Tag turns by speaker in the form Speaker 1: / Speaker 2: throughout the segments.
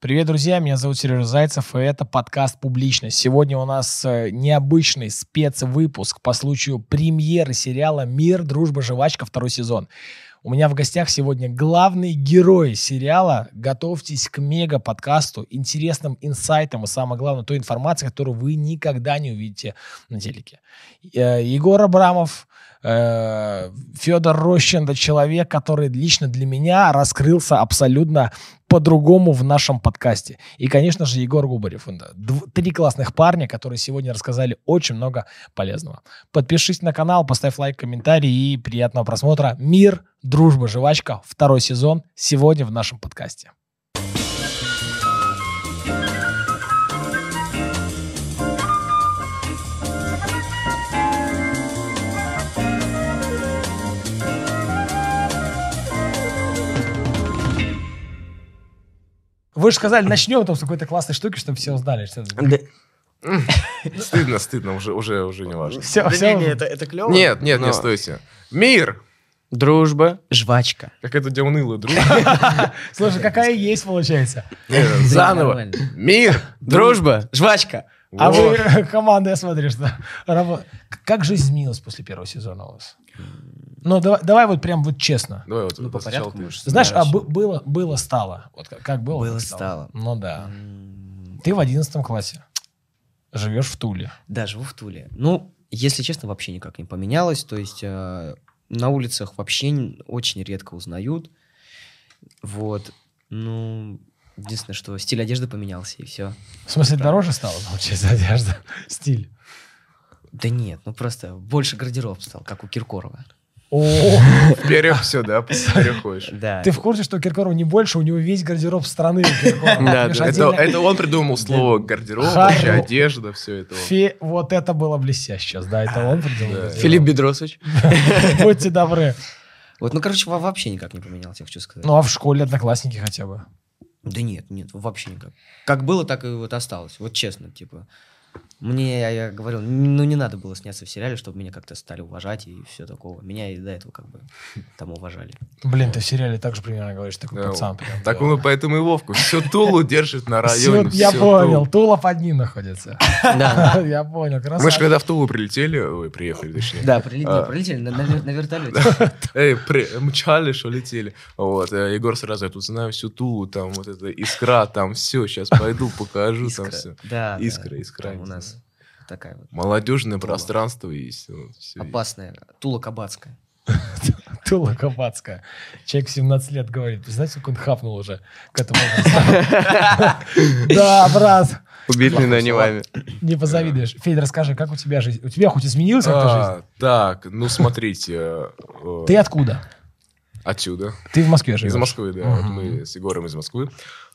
Speaker 1: Привет, друзья, меня зовут Сережа Зайцев, и это подкаст «Публичность». Сегодня у нас э, необычный спецвыпуск по случаю премьеры сериала «Мир, дружба, жвачка» второй сезон. У меня в гостях сегодня главный герой сериала. Готовьтесь к мега-подкасту, интересным инсайтам и, самое главное, той информации, которую вы никогда не увидите на телеке. Э, Егор Абрамов, э, Федор Рощин, это человек, который лично для меня раскрылся абсолютно по-другому в нашем подкасте. И, конечно же, Егор Губарев. Он, да, дв- Три классных парня, которые сегодня рассказали очень много полезного. Подпишись на канал, поставь лайк, комментарий и приятного просмотра. Мир, дружба, жвачка. Второй сезон сегодня в нашем подкасте. Вы же сказали, начнем там с какой-то классной штуки, чтобы все узнали. Что это.
Speaker 2: Стыдно, стыдно, уже, уже, уже не важно.
Speaker 1: Все,
Speaker 3: да
Speaker 1: все.
Speaker 3: не, не, это, это клево.
Speaker 2: Нет, нет,
Speaker 4: Ну, Но-
Speaker 2: не стойте. Мир!
Speaker 4: Дружба.
Speaker 3: Жвачка.
Speaker 2: Как это где уныло, дружба.
Speaker 1: Слушай, какая есть получается.
Speaker 2: Нет, Заново.
Speaker 4: нормально.
Speaker 2: Мир!
Speaker 4: Дружба. Жвачка.
Speaker 1: А вы,
Speaker 2: Вот.
Speaker 1: команда, я смотрю, что работа. Как жизнь изменилась после первого сезона у вас? Ну, давай, давай вот прям вот честно.
Speaker 2: Давай вот
Speaker 4: Ну, по
Speaker 2: сначала
Speaker 4: порядку,
Speaker 2: ты.
Speaker 4: может.
Speaker 1: Знаешь, а бы-
Speaker 4: наращиваем.
Speaker 1: было, было стало. Вот как, как было?
Speaker 4: Было,
Speaker 1: так
Speaker 4: стало.
Speaker 1: Ну да.
Speaker 4: М,
Speaker 1: Ты в одиннадцатом классе. Живешь в Туле.
Speaker 4: Да, живу в Туле. Ну, если честно, вообще никак не поменялось. То есть э, на улицах вообще н- очень редко узнают. Вот. Ну, единственное, что стиль одежды поменялся, и все.
Speaker 1: В смысле, дороже стало, получается, одежда? Стиль.
Speaker 4: Да нет, ну просто больше гардероб стал, как у Киркорова.
Speaker 1: О,
Speaker 2: Вперед все, да, переходишь.
Speaker 4: Да.
Speaker 1: ты в курсе, что у Киркорова не больше, у него весь гардероб страны. у Киркорова.
Speaker 4: Да,
Speaker 1: Понимаешь,
Speaker 4: да,
Speaker 2: Это,
Speaker 1: отдельно-
Speaker 2: это он придумал слово гардероб,
Speaker 1: Хару.
Speaker 2: вообще одежда, все это. он.
Speaker 1: Фе- Вот это было блестяще сейчас, да, это он придумал.
Speaker 2: Да.
Speaker 1: гардероб.
Speaker 4: Филипп Бедросович.
Speaker 1: Будьте добры.
Speaker 4: Вот, ну, короче, во- вообще никак не поменялся, я хочу сказать.
Speaker 1: Ну а в школе одноклассники хотя бы.
Speaker 4: Да нет, нет, вообще никак. Как было, так и вот осталось. Вот честно, типа. Мне, я, я говорил, ну не надо было сняться в сериале, чтобы меня как-то стали уважать и все такого. Меня и до этого как бы там уважали.
Speaker 1: Блин, ты в сериале так же примерно говоришь, такой
Speaker 2: Да,
Speaker 1: пацан. прям,
Speaker 2: Так
Speaker 1: да.
Speaker 2: он и поэтому и Вовку. Всю Тулу держит на
Speaker 1: Всё,
Speaker 2: районе.
Speaker 1: я
Speaker 2: всё
Speaker 1: понял,
Speaker 2: Тулу.
Speaker 1: Тула под ним находится.
Speaker 4: Да,
Speaker 1: Я понял,
Speaker 2: Мы же
Speaker 1: красавчик.
Speaker 2: когда в Тулу прилетели, ой, приехали, точнее.
Speaker 4: да, прилетели,
Speaker 2: А.
Speaker 4: прилетели на, на- на вертолете.
Speaker 2: Эй, при- мчали, что летели. Вот, э, Егор сразу, я тут знаю всю Тулу, там вот эта искра, там все, сейчас пойду покажу там все.
Speaker 4: Да, да.
Speaker 2: Искра, искра.
Speaker 4: Там У нас такая вот
Speaker 2: Молодежное
Speaker 4: Тула.
Speaker 2: пространство есть. ну, всё есть.
Speaker 4: опасная Тула Кабацкая.
Speaker 1: Тула Кабацкая. Человек в 17 лет говорит, «Вы знаете, как он хапнул уже к этому возрасту?» Да, брат,
Speaker 2: Убитый на Неваме.
Speaker 1: не позавидуешь. Федь, расскажи, как у тебя жизнь? У тебя хоть изменилась как-то жизнь?
Speaker 2: А, Так, ну смотрите. э, э,
Speaker 1: Ты откуда?
Speaker 2: Отсюда.
Speaker 1: Ты в Москве живешь?
Speaker 2: Из Москвы, да.
Speaker 1: Мгм.
Speaker 2: Вот мы с Егором из Москвы.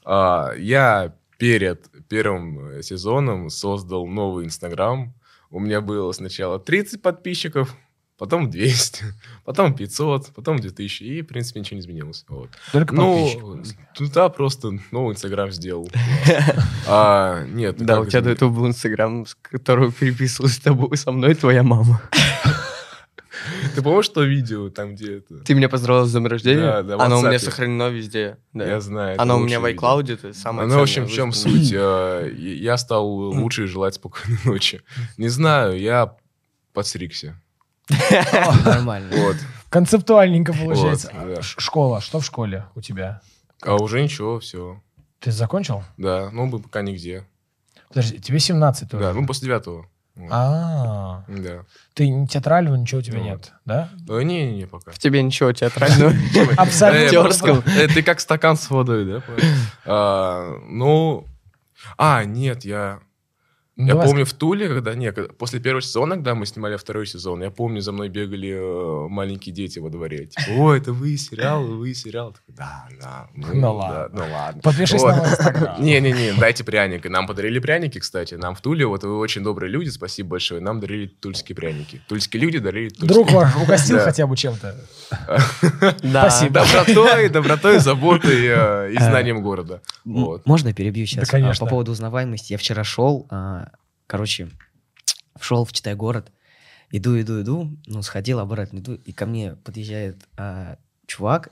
Speaker 2: А, Я перед первым э, сезоном создал новый Инстаграм. У меня было сначала 30 подписчиков, потом 200, потом 500, потом 2000. И, в принципе, ничего не изменилось. Вот.
Speaker 1: Только подписчик.
Speaker 2: Ну, ну да, просто новый Инстаграм сделал. А, Нет.
Speaker 5: Да,
Speaker 2: как
Speaker 5: у тебя до
Speaker 2: изменилось?
Speaker 5: этого был Инстаграм, с которого переписывалась с тобой, со мной твоя мама.
Speaker 2: Ты помнишь то видео, там где это?
Speaker 5: Ты меня поздравила с днем рождения.
Speaker 2: Да, да, в
Speaker 5: Оно у меня
Speaker 2: WhatsApp.
Speaker 5: сохранено везде. да.
Speaker 2: Я знаю. это
Speaker 5: Оно у
Speaker 2: лучшее
Speaker 5: меня в
Speaker 2: видео.
Speaker 5: iCloud, это самое
Speaker 2: Ну, в общем, в
Speaker 5: ценное
Speaker 2: чем
Speaker 5: высказано.
Speaker 2: суть? Э, Я стал лучше и желать спокойной ночи. Не знаю, я подстригся.
Speaker 4: Нормально.
Speaker 2: Вот.
Speaker 1: Концептуальненько получается.
Speaker 2: Вот, да.
Speaker 1: Ш- Школа, что в школе у тебя?
Speaker 2: А уже ничего, все.
Speaker 1: Ты закончил?
Speaker 2: Да, ну мы пока нигде.
Speaker 1: Подожди, тебе 17 тоже?
Speaker 2: Да, ну после девятого.
Speaker 1: А,
Speaker 2: Да.
Speaker 1: ты не театрального, ничего у тебя
Speaker 2: Ну
Speaker 1: нет, да?
Speaker 2: Э, Не-не-не, пока.
Speaker 5: В тебе ничего театрального.
Speaker 1: Абсолютно.
Speaker 2: Э,
Speaker 5: Актерском.
Speaker 2: э, Ты как стакан с водой, да? понял? А, Ну... А, нет, я...
Speaker 1: Ну,
Speaker 2: я
Speaker 1: давай
Speaker 2: помню в Туле, когда... Нет, когда- после первого сезона, когда мы снимали второй сезон, я помню, за мной бегали э, маленькие дети во дворе. Типа, о, это вы сериал, вы сериал. Я такой, да, да.
Speaker 1: Ну
Speaker 2: да,
Speaker 1: ладно.
Speaker 2: Ну ладно.
Speaker 1: Подпишись
Speaker 2: Вот.
Speaker 1: на мой инстаграм.
Speaker 2: Не-не-не, дайте пряники. Нам подарили пряники, кстати. Нам в Туле, вот вы очень добрые люди, спасибо большое. Нам дарили тульские пряники. Тульские люди дарили тульские.
Speaker 1: Друг ваш угостил
Speaker 2: Да.
Speaker 1: хотя бы чем-то.
Speaker 5: Да.
Speaker 1: Спасибо.
Speaker 2: Добротой, добротой, заботой э, и знанием города.
Speaker 4: М-
Speaker 2: Вот.
Speaker 4: Можно я перебью сейчас?
Speaker 1: Да, конечно.
Speaker 4: По поводу узнаваемости. Я вчера шел, а, короче, шел в Читай город, иду, иду, иду, ну, сходил, обратно иду, и ко мне подъезжает а, чувак,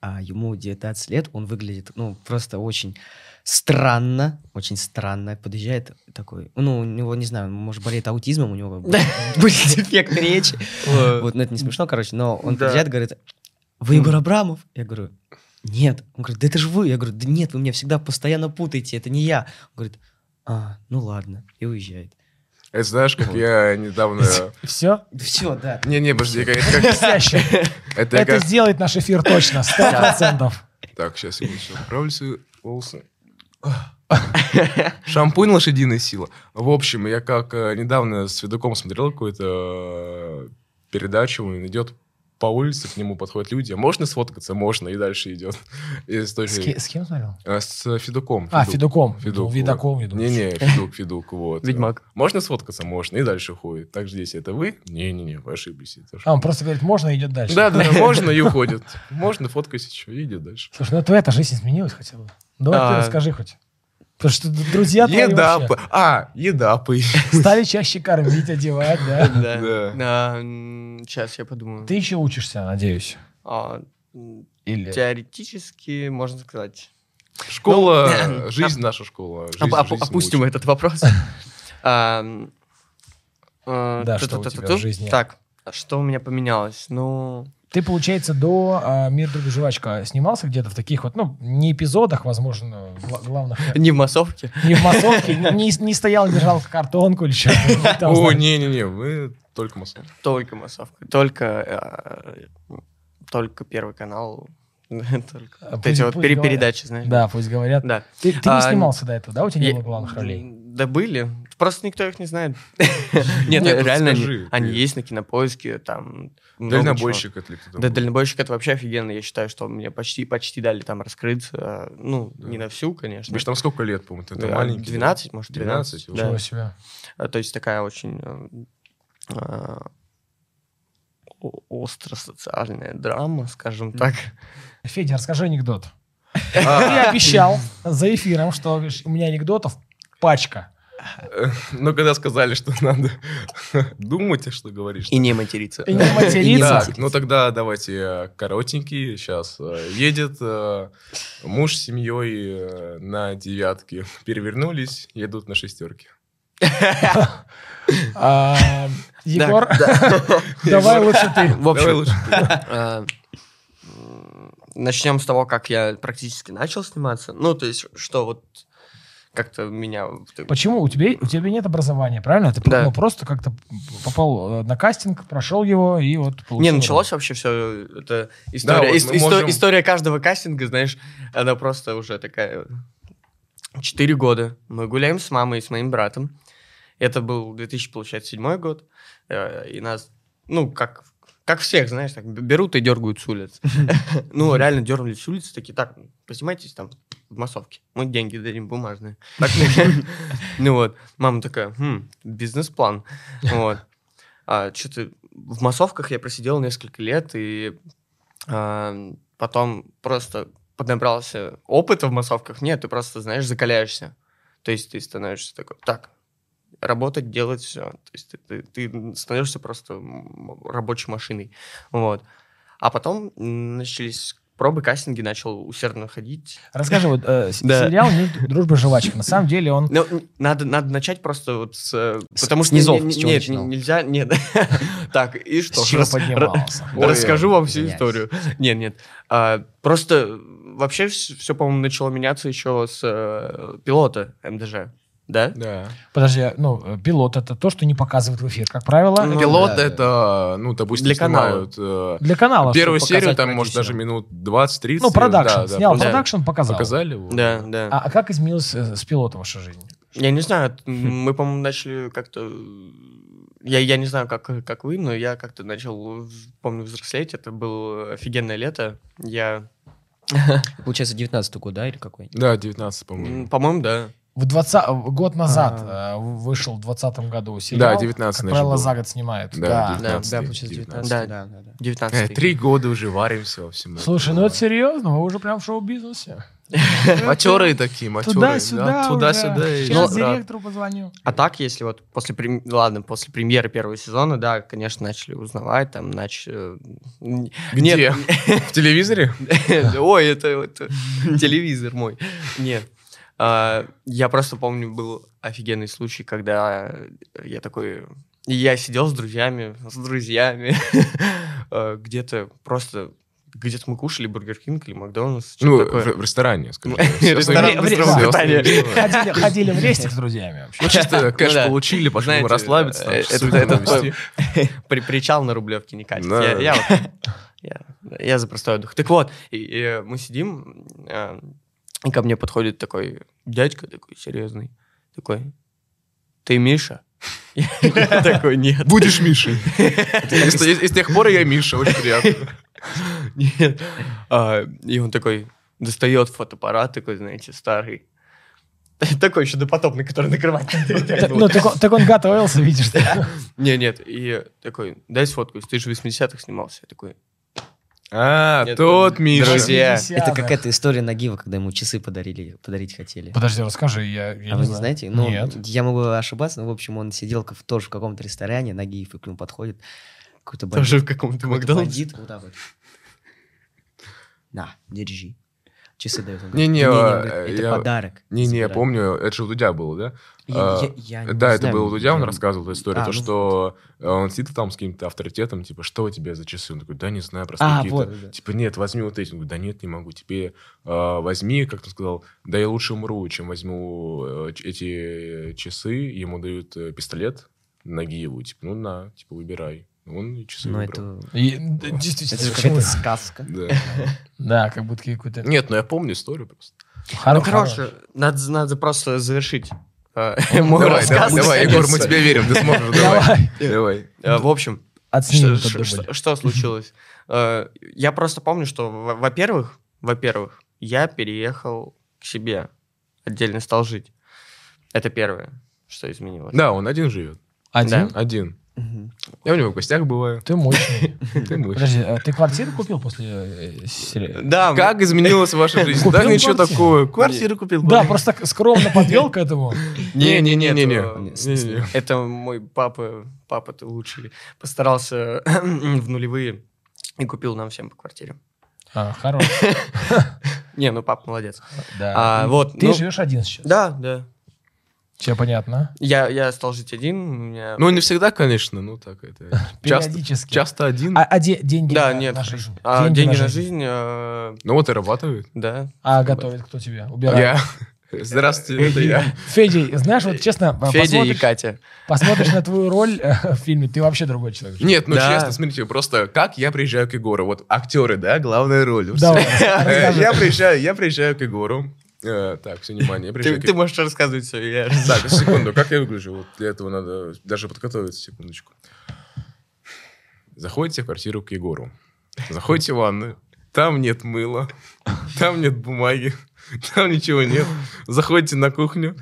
Speaker 4: а ему 19 лет, он выглядит, ну, просто очень странно, очень странно. Подъезжает такой, ну, у него, не знаю, может, болеет аутизмом, у него был дефект речи. Вот, ну, это не смешно, короче, но он
Speaker 5: Да.
Speaker 4: подъезжает, говорит, вы Егор Абрамов? Я говорю, нет. Он говорит, да это же вы. Я говорю, да нет, вы меня всегда постоянно путаете, это не я. Он говорит, а, ну ладно, и уезжает.
Speaker 2: Это знаешь, как
Speaker 4: Вот.
Speaker 2: я недавно...
Speaker 1: Все?
Speaker 4: Все, да.
Speaker 2: Не-не, подожди, это как...
Speaker 1: Блестяще.
Speaker 2: Это я
Speaker 1: Это
Speaker 2: как...
Speaker 1: сделает наш эфир точно, 100%.
Speaker 2: Так, сейчас я еще поправлю свои волосы. Шампунь лошадиная сила. В общем, я как э, недавно с Федуком смотрел какую-то э, передачу, он идет по улице, к нему подходят люди. А можно сфоткаться? Можно. И дальше идет. И с той
Speaker 1: С
Speaker 2: же-
Speaker 1: ки- с кем смотрел?
Speaker 2: Э, С Федуком.
Speaker 1: А, Федуком.
Speaker 2: Федук,
Speaker 1: Федуком. Видаком, я думаю.
Speaker 2: Не-не, Федук, Федук, вот.
Speaker 5: Ведьмак.
Speaker 2: Можно сфоткаться? Можно. И дальше ходит. Так здесь это вы? Не-не-не, вы ошиблись. Это ж-
Speaker 1: А, он просто говорит, можно, и идет дальше.
Speaker 2: Да, да, можно и уходит. Можно, фоткайся, еще, и идет дальше.
Speaker 1: Слушай, ну твоя-то жизнь изменилась хотя бы. Давай
Speaker 5: А.
Speaker 1: ты расскажи хоть. Потому что друзья твои
Speaker 2: еда,
Speaker 1: вообще
Speaker 2: по- а, еда появилась.
Speaker 1: стали чаще кормить, одевать, да?
Speaker 2: Да.
Speaker 5: Да. Сейчас А, я подумаю.
Speaker 1: Ты еще учишься, надеюсь.
Speaker 5: А, м,
Speaker 1: Или...
Speaker 5: Теоретически, можно сказать.
Speaker 2: Школа, э, жизнь наша школа. жизнь-
Speaker 5: Оп- оп-
Speaker 2: жизнь
Speaker 5: Опустим
Speaker 2: научит.
Speaker 5: этот вопрос. А, м, э,
Speaker 1: Да, что у тебя в
Speaker 5: ту-ту-ту-ту.
Speaker 1: жизни?
Speaker 5: Так, а что у меня поменялось? Ну,
Speaker 1: Ты, получается, до а, «Мир, друг и жвачка» снимался где-то в таких вот, ну, не эпизодах, возможно, гла- главных.
Speaker 5: не в массовке.
Speaker 1: Не в массовке, не, не стоял, держал картонку или что-то.
Speaker 2: О, не-не-не, мы только масон.
Speaker 5: Только массовка. Только, э, только Первый канал. Только
Speaker 1: А
Speaker 5: вот
Speaker 1: пусть-
Speaker 5: эти вот
Speaker 1: пусть
Speaker 5: пере-
Speaker 1: говорят.
Speaker 5: передачи, знаешь.
Speaker 1: Да, пусть говорят.
Speaker 5: Да.
Speaker 1: Ты, ты не
Speaker 5: А,
Speaker 1: снимался до этого, да? У тебя не
Speaker 5: Я-
Speaker 1: было главных ролей?
Speaker 5: Да были. Просто никто их не знает. Нет,
Speaker 2: Нет,
Speaker 5: реально,
Speaker 2: расскажи,
Speaker 5: они- они
Speaker 2: ты-
Speaker 5: есть на кинопоиске, там... много
Speaker 2: Дальнобойщик это ли кто
Speaker 5: чего.
Speaker 2: там
Speaker 5: Да,
Speaker 2: был?
Speaker 5: дальнобойщик это вообще офигенно. Я считаю, что мне почти, почти дали там раскрыться. а, Ну,
Speaker 2: Да.
Speaker 5: не на всю, конечно.
Speaker 2: Тебе ж там сколько лет, по-моему, ты
Speaker 5: Да,
Speaker 2: там маленький? да?
Speaker 5: 12, может,
Speaker 2: 12,
Speaker 5: 13.
Speaker 1: Ничего себе.
Speaker 5: А, То есть такая очень э, а, о- остро-социальная драма, скажем так.
Speaker 1: Федя, расскажи анекдот.
Speaker 2: А,
Speaker 1: Ты обещал за эфиром, что говоришь, у меня анекдотов пачка.
Speaker 2: э, Ну, когда сказали, что надо думать, а что говоришь.
Speaker 5: И не материться.
Speaker 1: И не материться.
Speaker 2: Так, ну тогда давайте э, коротенький. Сейчас едет э, муж с семьей э, на девятке. Перевернулись, едут на шестерке.
Speaker 1: А,
Speaker 5: Да,
Speaker 1: Егор,
Speaker 5: да.
Speaker 1: давай лучше ты.
Speaker 5: В
Speaker 2: Давай
Speaker 5: общем,
Speaker 2: лучше ты.
Speaker 5: Э, м, Начнем с того, как я практически начал сниматься. Ну, то есть, что вот как-то меня...
Speaker 1: Почему? У тебя, у тебя нет образования, правильно? Ты
Speaker 5: Да.
Speaker 1: ну, просто как-то попал э, на кастинг, прошел его и вот получил.
Speaker 5: Не,
Speaker 1: роль.
Speaker 5: началось вообще все. Это
Speaker 2: Да,
Speaker 5: история,
Speaker 2: вот
Speaker 5: ис-
Speaker 2: мы
Speaker 5: исто-
Speaker 2: можем-
Speaker 5: история каждого кастинга, знаешь, она просто уже такая. э, Четыре года. Мы гуляем с мамой и с моим братом. Это был 2007 год. Э, И нас, ну, как, как всех, знаешь, так б- берут и дергают с улиц. Ну, реально дернули с улицы, такие, так, поснимайтесь там в массовке. Мы деньги дадим бумажные. Так, Ну вот, мама такая, «Хм, бизнес-план. Вот. А Что-то в массовках я просидел несколько лет, и а, потом просто поднабрался опыта в массовках. Нет, ты просто, знаешь, закаляешься. То есть ты становишься такой, так, работать, делать все. То есть ты, ты- ты становишься просто м, рабочей машиной. Вот. А потом м, начались пробы, кастинги, начал усердно ходить.
Speaker 1: Расскажи, вот э, с-
Speaker 5: Да.
Speaker 1: сериал «Мир, «Дружба жвачка». На самом деле он...
Speaker 5: Но м, Ну, надо, надо начать просто вот с... э,
Speaker 4: С-
Speaker 5: Потому
Speaker 4: с
Speaker 5: что...
Speaker 4: низов,
Speaker 5: не-
Speaker 4: с
Speaker 5: не-
Speaker 4: чего
Speaker 5: Нет,
Speaker 4: начинал?
Speaker 5: не- нельзя... Нет. Так, и что?
Speaker 1: С чего
Speaker 5: Рас-
Speaker 1: поднимался?
Speaker 2: Ой,
Speaker 5: Расскажу вам всю
Speaker 4: извиняюсь.
Speaker 5: историю. Нет, нет. А, просто вообще все, по-моему, начало меняться еще с э, пилота МДЖ. Да?
Speaker 2: Да.
Speaker 1: Подожди, ну, э, пилот — это то, что не показывают в эфир, как правило.
Speaker 5: Ну,
Speaker 2: Пилот
Speaker 4: да, да.
Speaker 2: это, ну, допустим,
Speaker 5: Для канала.
Speaker 2: снимают, э,
Speaker 1: Для канала.
Speaker 2: Первую
Speaker 4: чтобы показать
Speaker 2: серию, там, может, даже
Speaker 4: продюсеру.
Speaker 2: минут 20-30.
Speaker 1: Ну, продакшн.
Speaker 2: да, да,
Speaker 1: Снял
Speaker 2: просто
Speaker 5: да.
Speaker 1: продакшн, показал.
Speaker 2: Показали его.
Speaker 5: Да, да.
Speaker 1: А, а как изменилась э, с пилота ваша жизнь?
Speaker 5: Я не знаю, мы, по-моему, начали как-то... Я, я не знаю, как, как вы, но я как-то начал, в- помню, взрослеть. Это было офигенное лето. Я,
Speaker 4: Получается, 19 год, да, или какой?
Speaker 2: Да, 19,
Speaker 5: м,
Speaker 2: по-моему.
Speaker 5: по-моему, да.
Speaker 1: В 20, в- год назад
Speaker 5: А.
Speaker 1: э, в- вышел в 20 году сериал.
Speaker 2: Да, 19
Speaker 1: Как
Speaker 2: начал
Speaker 1: правило,
Speaker 2: был.
Speaker 1: за год снимают.
Speaker 2: Да,
Speaker 1: Да.
Speaker 2: 19,
Speaker 4: да, получается, 19.
Speaker 2: 19.
Speaker 5: Да.
Speaker 4: да, да. да.
Speaker 5: 19
Speaker 2: Э, Три года уже варимся во всем.
Speaker 1: ну
Speaker 2: этом.
Speaker 1: Слушай, ну это серьезно, мы уже прям в шоу-бизнесе.
Speaker 2: Матерые такие, матерые.
Speaker 1: Туда-сюда
Speaker 2: да, Туда-сюда. и
Speaker 4: Сейчас
Speaker 2: обратно.
Speaker 1: директору позвоню.
Speaker 5: А так, если вот после, прем- ладно, после премьеры первого сезона, да, конечно, начали узнавать, там, э, начали...
Speaker 2: Где? В телевизоре?
Speaker 5: Ой, это вот телевизор мой. Нет. А, Я просто помню, был офигенный случай, когда я такой... и Я сидел с друзьями, с друзьями. а, Где-то просто... Где-то мы кушали Бургер Кинг или Макдональдс. что-то
Speaker 2: Ну,
Speaker 5: такое.
Speaker 2: в в ресторане, скажем.
Speaker 5: Ресторан
Speaker 1: Вре- быстрого
Speaker 2: Всё
Speaker 5: питания.
Speaker 2: остальное.
Speaker 1: Ходили, ходили в рестик с друзьями
Speaker 2: Ну,
Speaker 1: вообще.
Speaker 2: чисто кэш
Speaker 5: Ну да.
Speaker 2: получили, пошли
Speaker 5: Знаете,
Speaker 2: мы расслабиться. там,
Speaker 5: э,
Speaker 2: часы
Speaker 5: это- это
Speaker 2: навести.
Speaker 5: При- причал на Рублевке не катит.
Speaker 2: Да.
Speaker 5: Я, я вот- я- я за простой отдых. Так вот, и, и мы сидим, э, и ко мне подходит такой дядька, такой серьезный, такой, ты Миша? Я Такой, нет.
Speaker 2: Будешь Мишей. И с- и- и с тех пор я Миша, очень приятно.
Speaker 5: Нет. А, И он такой достает фотоаппарат, такой, знаете, старый. Такой еще допотопный, который накрывать.
Speaker 1: Так, Ну, так он- так он готовился, видишь. да.
Speaker 5: Не, нет. И такой, дай сфоткаюсь, ты же в 80-х снимался. Я такой,
Speaker 2: А,
Speaker 5: Нет,
Speaker 2: тот Миша.
Speaker 5: друзья.
Speaker 4: Это
Speaker 1: 50-х.
Speaker 4: какая-то история Нагива, когда ему часы подарили, подарить хотели.
Speaker 1: Подожди, расскажи, я, я
Speaker 4: а вы
Speaker 1: не
Speaker 4: не
Speaker 1: знаю.
Speaker 4: знаете? Ну,
Speaker 1: Нет.
Speaker 4: я могу ошибаться, но, в общем, он сидел в- тоже в каком-то ресторане, Нагиев и к нему подходит. Какой-то бандит.
Speaker 5: тоже в каком-то
Speaker 4: какой-то
Speaker 5: Макдональдсе.
Speaker 4: бандит, вот так вот. На, держи. Часы дает. Он
Speaker 2: Не-не,
Speaker 4: «Не-не»,
Speaker 2: а,
Speaker 4: он говорит, это
Speaker 2: я-
Speaker 4: подарок.
Speaker 2: Не-не, я
Speaker 4: Забирай.
Speaker 2: помню, это же у Дудя было, да?
Speaker 4: Я-
Speaker 2: а,
Speaker 4: я- я не
Speaker 2: Да, это
Speaker 4: знаю,
Speaker 2: был у Дудя, он
Speaker 4: я-
Speaker 2: рассказывал эту историю,
Speaker 4: А,
Speaker 2: то,
Speaker 4: ну
Speaker 2: что э, он сидит там с каким-то авторитетом, типа, что у тебя за часы? Он такой, да не знаю, просто
Speaker 4: А,
Speaker 2: какие-то.
Speaker 4: вот, да.
Speaker 2: Типа, нет, возьми вот эти. Он говорит, да нет, не могу. Тебе э, возьми, как ты сказал, да я лучше умру, чем возьму э, ч- эти часы. Ему дают э, пистолет Нагиеву, типа, ну на, типа, выбирай. Он и часы
Speaker 4: Ну,
Speaker 2: выбрал.
Speaker 4: это...
Speaker 1: И, да, действительно,
Speaker 4: Это же
Speaker 1: почему
Speaker 4: какая-то
Speaker 1: это?
Speaker 4: сказка.
Speaker 2: Да.
Speaker 1: Да, как будто какой-то...
Speaker 2: Нет, ну я помню историю просто.
Speaker 1: Хоро-
Speaker 5: Ну, короче, надо, надо просто завершить э, мой
Speaker 2: Давай,
Speaker 5: рассказ.
Speaker 2: давай, давай,
Speaker 5: наконец-то.
Speaker 2: Егор, мы тебе верим, ты сможешь, давай.
Speaker 1: Давай,
Speaker 2: Давай.
Speaker 5: Э, В общем,
Speaker 1: отснимем
Speaker 5: что,
Speaker 1: этот
Speaker 5: что-
Speaker 1: дубль.
Speaker 5: что- что случилось? Э, Я просто помню, что, во- во-первых, во-первых, я переехал к себе, отдельно стал жить. Это первое, что изменилось.
Speaker 2: Да, он один живет.
Speaker 1: Один?
Speaker 2: Один.
Speaker 4: Мгм.
Speaker 2: Я у него в гостях бываю.
Speaker 1: Ты мощный.
Speaker 2: ты мышь.
Speaker 1: Подожди, а ты квартиру купил после э, сериала?
Speaker 5: Да, м-
Speaker 2: Как изменилась ваша жизнь?
Speaker 1: ну, Купил
Speaker 2: Да ничего
Speaker 1: квартиру?
Speaker 2: такого. Квартиру купил.
Speaker 1: Да, просто так скромно подвел к этому.
Speaker 2: Не-не-не-не-не.
Speaker 5: это,
Speaker 2: Не-не-не.
Speaker 5: э, Это мой папа, папа ты лучший, постарался в нулевые и купил нам всем по квартире.
Speaker 1: А, Хорош,
Speaker 5: Не, ну пап молодец.
Speaker 1: да.
Speaker 5: А, вот,
Speaker 1: Ты
Speaker 5: ну,
Speaker 1: живешь один сейчас.
Speaker 5: Да, да.
Speaker 1: Тебе понятно?
Speaker 5: Я, я стал жить один, у меня...
Speaker 2: Ну, не всегда, конечно, ну так это. Часто,
Speaker 1: Периодически.
Speaker 2: часто один.
Speaker 1: А, а де- деньги
Speaker 5: Да,
Speaker 1: на,
Speaker 5: нет.
Speaker 1: на жизнь?
Speaker 5: а деньги, на жизнь, э,
Speaker 2: Ну вот и работает.
Speaker 5: да.
Speaker 1: А готовит кто тебе? Убирает.
Speaker 2: Я. Здравствуйте, это я.
Speaker 1: Федя, знаешь, вот честно,
Speaker 5: Федя и
Speaker 1: посмотришь,
Speaker 5: Катя.
Speaker 1: посмотришь на твою роль э, в фильме, ты вообще другой человек.
Speaker 2: Нет, ну
Speaker 5: Да.
Speaker 2: честно, смотрите, просто как я приезжаю к Егору. Вот актеры, да, главная роль. всё.
Speaker 1: Давай,
Speaker 2: Э,
Speaker 1: расскажи.
Speaker 2: Я приезжаю, я приезжаю к Егору. Э, Так, все, внимание, я
Speaker 5: Ты,
Speaker 2: приезжаю к
Speaker 5: ты можешь рассказывать все, я...
Speaker 2: Так, секунду, как я выгляжу? Вот для этого надо даже подготовиться, секундочку. Заходите в квартиру к Егору. Заходите в ванную. Там нет мыла, там нет бумаги, там ничего нет. Заходите на кухню,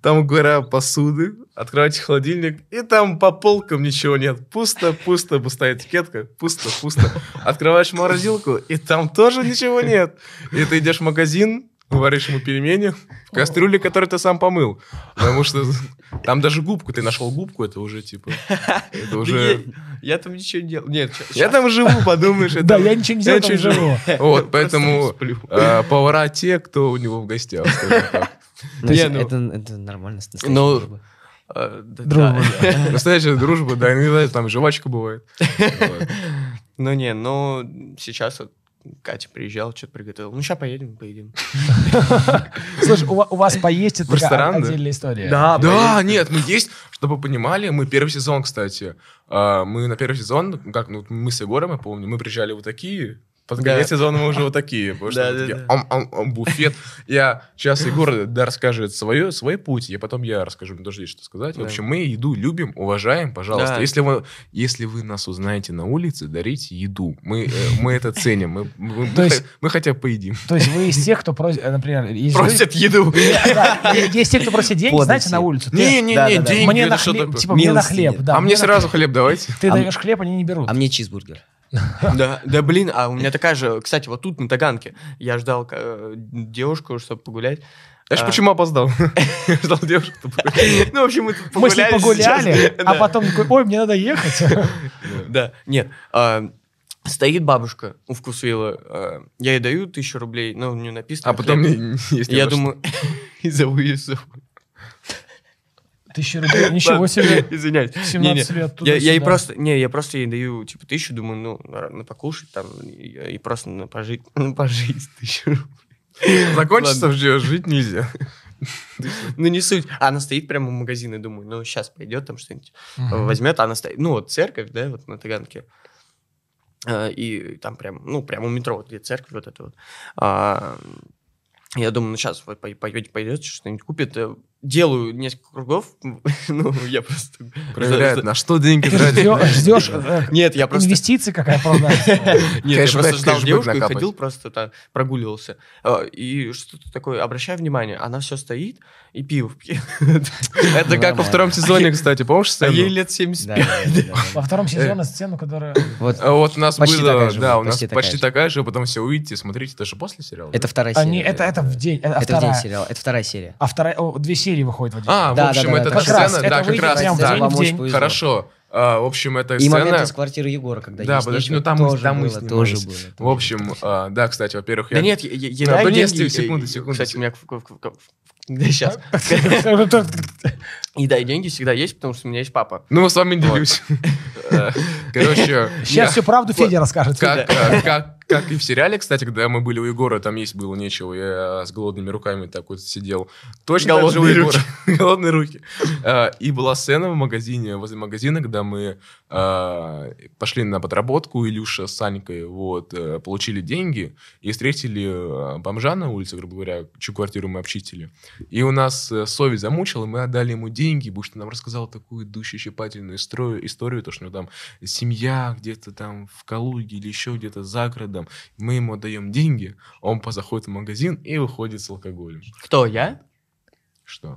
Speaker 2: там гора посуды, открывайте холодильник, и там по полкам ничего нет. Пусто, пусто, пустая этикетка, пусто, пусто. Открываешь морозилку, и там тоже ничего нет. И ты идешь в магазин, варишь ему пельмени в кастрюле, которую ты сам помыл. Потому что там даже губку, ты нашел губку, это уже типа... Это уже...
Speaker 5: Я там ничего не делал. Нет, щас-
Speaker 2: Я там живу, подумаешь. это-
Speaker 1: Да, я ничего не делаю,
Speaker 2: Я
Speaker 1: там
Speaker 2: чужой.
Speaker 1: живу.
Speaker 2: Вот, поэтому э, повара те, кто у него в гостях. скажем так.
Speaker 4: Ну,
Speaker 5: Не,
Speaker 4: это-
Speaker 5: ну-
Speaker 4: это, это нормально. с- настоящей
Speaker 5: Ну,
Speaker 4: дружбой.
Speaker 5: э, да-
Speaker 1: Дружба.
Speaker 5: да.
Speaker 2: Настоящая дружба, да, иногда там жвачка бывает. Вот.
Speaker 5: Ну не, ну сейчас вот Катя приезжала, что-то приготовила. Ну, сейчас поедем, поедим.
Speaker 1: Слушай, у, ва- у вас поесть это
Speaker 2: В ресторан,
Speaker 1: такая
Speaker 2: да?
Speaker 1: отдельная история.
Speaker 2: Да, А, нет, мы есть, чтобы вы понимали, мы первый сезон, кстати, а, мы на первый сезон, ну, как ну, мы с Егором, я помню, мы приезжали вот такие, под
Speaker 5: Да.
Speaker 2: конец сезона мы уже вот такие, потому что
Speaker 5: Да,
Speaker 2: мы
Speaker 5: да,
Speaker 2: такие,
Speaker 5: да.
Speaker 2: «Ам, ам, ам, буфет. Я сейчас Егор да, расскажет свое, свой путь, я потом я расскажу, мне тоже есть что сказать. В
Speaker 5: Да.
Speaker 2: общем, мы еду любим, уважаем, пожалуйста.
Speaker 5: Да.
Speaker 2: Если, вы, если вы нас узнаете на улице, дарите еду. Мы, э, мы это ценим, мы, мы- мы
Speaker 1: То есть-
Speaker 2: хо- мы хотя бы поедим.
Speaker 1: То есть вы из тех, кто просит, э, например, есть люди-
Speaker 5: Просят еду.
Speaker 1: Да, е- есть те, кто просит деньги,
Speaker 4: Подать
Speaker 1: знаете, на
Speaker 4: себе.
Speaker 1: улицу. Ты-
Speaker 2: Не-не-не,
Speaker 4: да, да, да.
Speaker 2: деньги,
Speaker 1: Мне
Speaker 2: это
Speaker 1: на
Speaker 2: что
Speaker 1: хлеб,
Speaker 2: такое?
Speaker 1: типа, мне на
Speaker 4: Милости
Speaker 1: хлеб,
Speaker 4: нет.
Speaker 1: да.
Speaker 2: а мне
Speaker 1: на
Speaker 2: сразу
Speaker 1: хлеб.
Speaker 2: хлеб давайте.
Speaker 1: Ты
Speaker 4: А м-
Speaker 1: даешь хлеб, они не берут.
Speaker 4: А мне чизбургер.
Speaker 5: Да, да блин, а у меня такая же, кстати, вот тут на Таганке я ждал э, девушку, чтобы погулять.
Speaker 2: Знаешь,
Speaker 5: А.
Speaker 2: почему опоздал? Ждал девушку. чтобы
Speaker 4: А
Speaker 2: погулять.
Speaker 5: Ну, в общем, мы тут
Speaker 1: Мы с ней
Speaker 5: погуляли
Speaker 1: погуляли,
Speaker 5: сейчас.
Speaker 1: а
Speaker 5: Да.
Speaker 1: потом такой, ой, мне надо ехать.
Speaker 5: Да, нет. а, Стоит бабушка у вкусвилла. а, Я ей даю тысячу рублей, ну, не написано.
Speaker 2: А потом
Speaker 5: хлеб.
Speaker 2: мне есть
Speaker 5: Я думаю, из-за вывесов.
Speaker 1: Тысяча рублей, ничего себе.
Speaker 5: Извиняюсь. Не,
Speaker 1: 17
Speaker 5: не,
Speaker 1: лет
Speaker 5: Я, я ей
Speaker 1: туда-сюда.
Speaker 5: просто, не, я просто ей даю, типа, тысячу, думаю, ну, на, на покушать там, и, и просто на пожить, на пожить тысячу.
Speaker 2: Закончится, жить нельзя.
Speaker 5: Ну, не суть. А Она стоит прямо у магазина, думаю, ну, сейчас пойдет там что-нибудь.
Speaker 1: Мгм.
Speaker 5: Возьмет, а она стоит, ну, вот церковь, да, вот на Таганке. А, И там прям, ну, прямо у метро, вот где церковь вот эта вот. А, Я думаю, ну, сейчас вот пойдет, пойдет, что-нибудь купит. Э, Делаю несколько кругов, ну, я просто...
Speaker 2: Проверяет, на что деньги
Speaker 1: Ты
Speaker 2: тратить.
Speaker 1: ждё- ждешь э,
Speaker 5: Нет, я просто...
Speaker 1: инвестиции, какая продажа.
Speaker 5: Нет,
Speaker 2: Кэшбэк,
Speaker 5: я просто ждал
Speaker 2: кэшбэк
Speaker 5: девушку и
Speaker 2: накапать.
Speaker 5: ходил, просто там прогуливался. А, И что-то такое, обращай внимание, она все стоит и пиво пьет.
Speaker 2: Это как во
Speaker 4: Нормально.
Speaker 2: втором сезоне, кстати, помнишь
Speaker 5: А
Speaker 2: сцену?
Speaker 5: ей лет
Speaker 4: Да,
Speaker 5: 75.
Speaker 4: да, да, да,
Speaker 1: Во втором сезоне сцену, которая...
Speaker 4: да. Вот
Speaker 2: А Вот у нас
Speaker 4: Почти
Speaker 2: было,
Speaker 4: такая же
Speaker 2: да,
Speaker 4: была,
Speaker 2: у нас
Speaker 4: почти такая
Speaker 2: почти
Speaker 4: же.
Speaker 2: такая же, а потом все увидите, смотрите, это же после сериала.
Speaker 4: это вторая серия.
Speaker 1: Они, А это, это в день, это,
Speaker 4: Это в день
Speaker 1: вторая.
Speaker 4: сериала. Это вторая серия.
Speaker 1: А вторая, о, две серии выходят в один.
Speaker 2: А, в
Speaker 4: Да,
Speaker 2: общем,
Speaker 4: да, да, да,
Speaker 2: это та
Speaker 4: как раз,
Speaker 2: сцена,
Speaker 1: это
Speaker 2: да, как
Speaker 1: выйдет
Speaker 2: раз,
Speaker 1: прям
Speaker 2: да,
Speaker 1: день в
Speaker 4: вам очень
Speaker 1: день.
Speaker 4: повезло.
Speaker 2: Хорошо. А, В общем, это
Speaker 4: И момент
Speaker 2: сцена.
Speaker 4: из квартиры Егора, когда
Speaker 2: Да,
Speaker 4: есть
Speaker 2: подожди,
Speaker 4: нечего,
Speaker 2: ну там мы-
Speaker 4: тоже
Speaker 2: там мы
Speaker 4: было, тоже было.
Speaker 2: снимались. В общем, а, да, кстати, во-первых,
Speaker 5: Да ну,
Speaker 2: я...
Speaker 5: нет, я- я я
Speaker 2: Да,
Speaker 5: даю
Speaker 2: подожди,
Speaker 5: деньги,
Speaker 2: секунду,
Speaker 5: и- и-
Speaker 2: секунду.
Speaker 5: Кстати, у меня... в- в- в- в- Да сейчас. И дай деньги всегда есть, потому что у меня есть папа.
Speaker 2: Ну, с вами делюсь. Э, Короче,
Speaker 1: Сейчас всю правду Федя расскажет.
Speaker 2: как, э, как, как и в сериале, кстати, когда мы были у Егора, там есть было нечего, я с голодными руками так вот сидел. Точно так же у
Speaker 5: Голодные
Speaker 2: Егора. Голодные руки. Э, И была сцена в магазине, возле магазина, когда мы э, пошли на подработку, Илюша с Санькой, вот, э, получили деньги и встретили э, бомжа на улице, грубо говоря, чью квартиру мы обчистили. И у нас э, совесть замучила, мы отдали ему деньги, потому что нам рассказал такую душещипательную историю, историю, то, что у него там семья где-то там в Калуге или еще где-то за городом. Мы ему отдаем деньги, он позаходит в магазин и выходит с алкоголем.
Speaker 5: Кто, я?
Speaker 2: Что?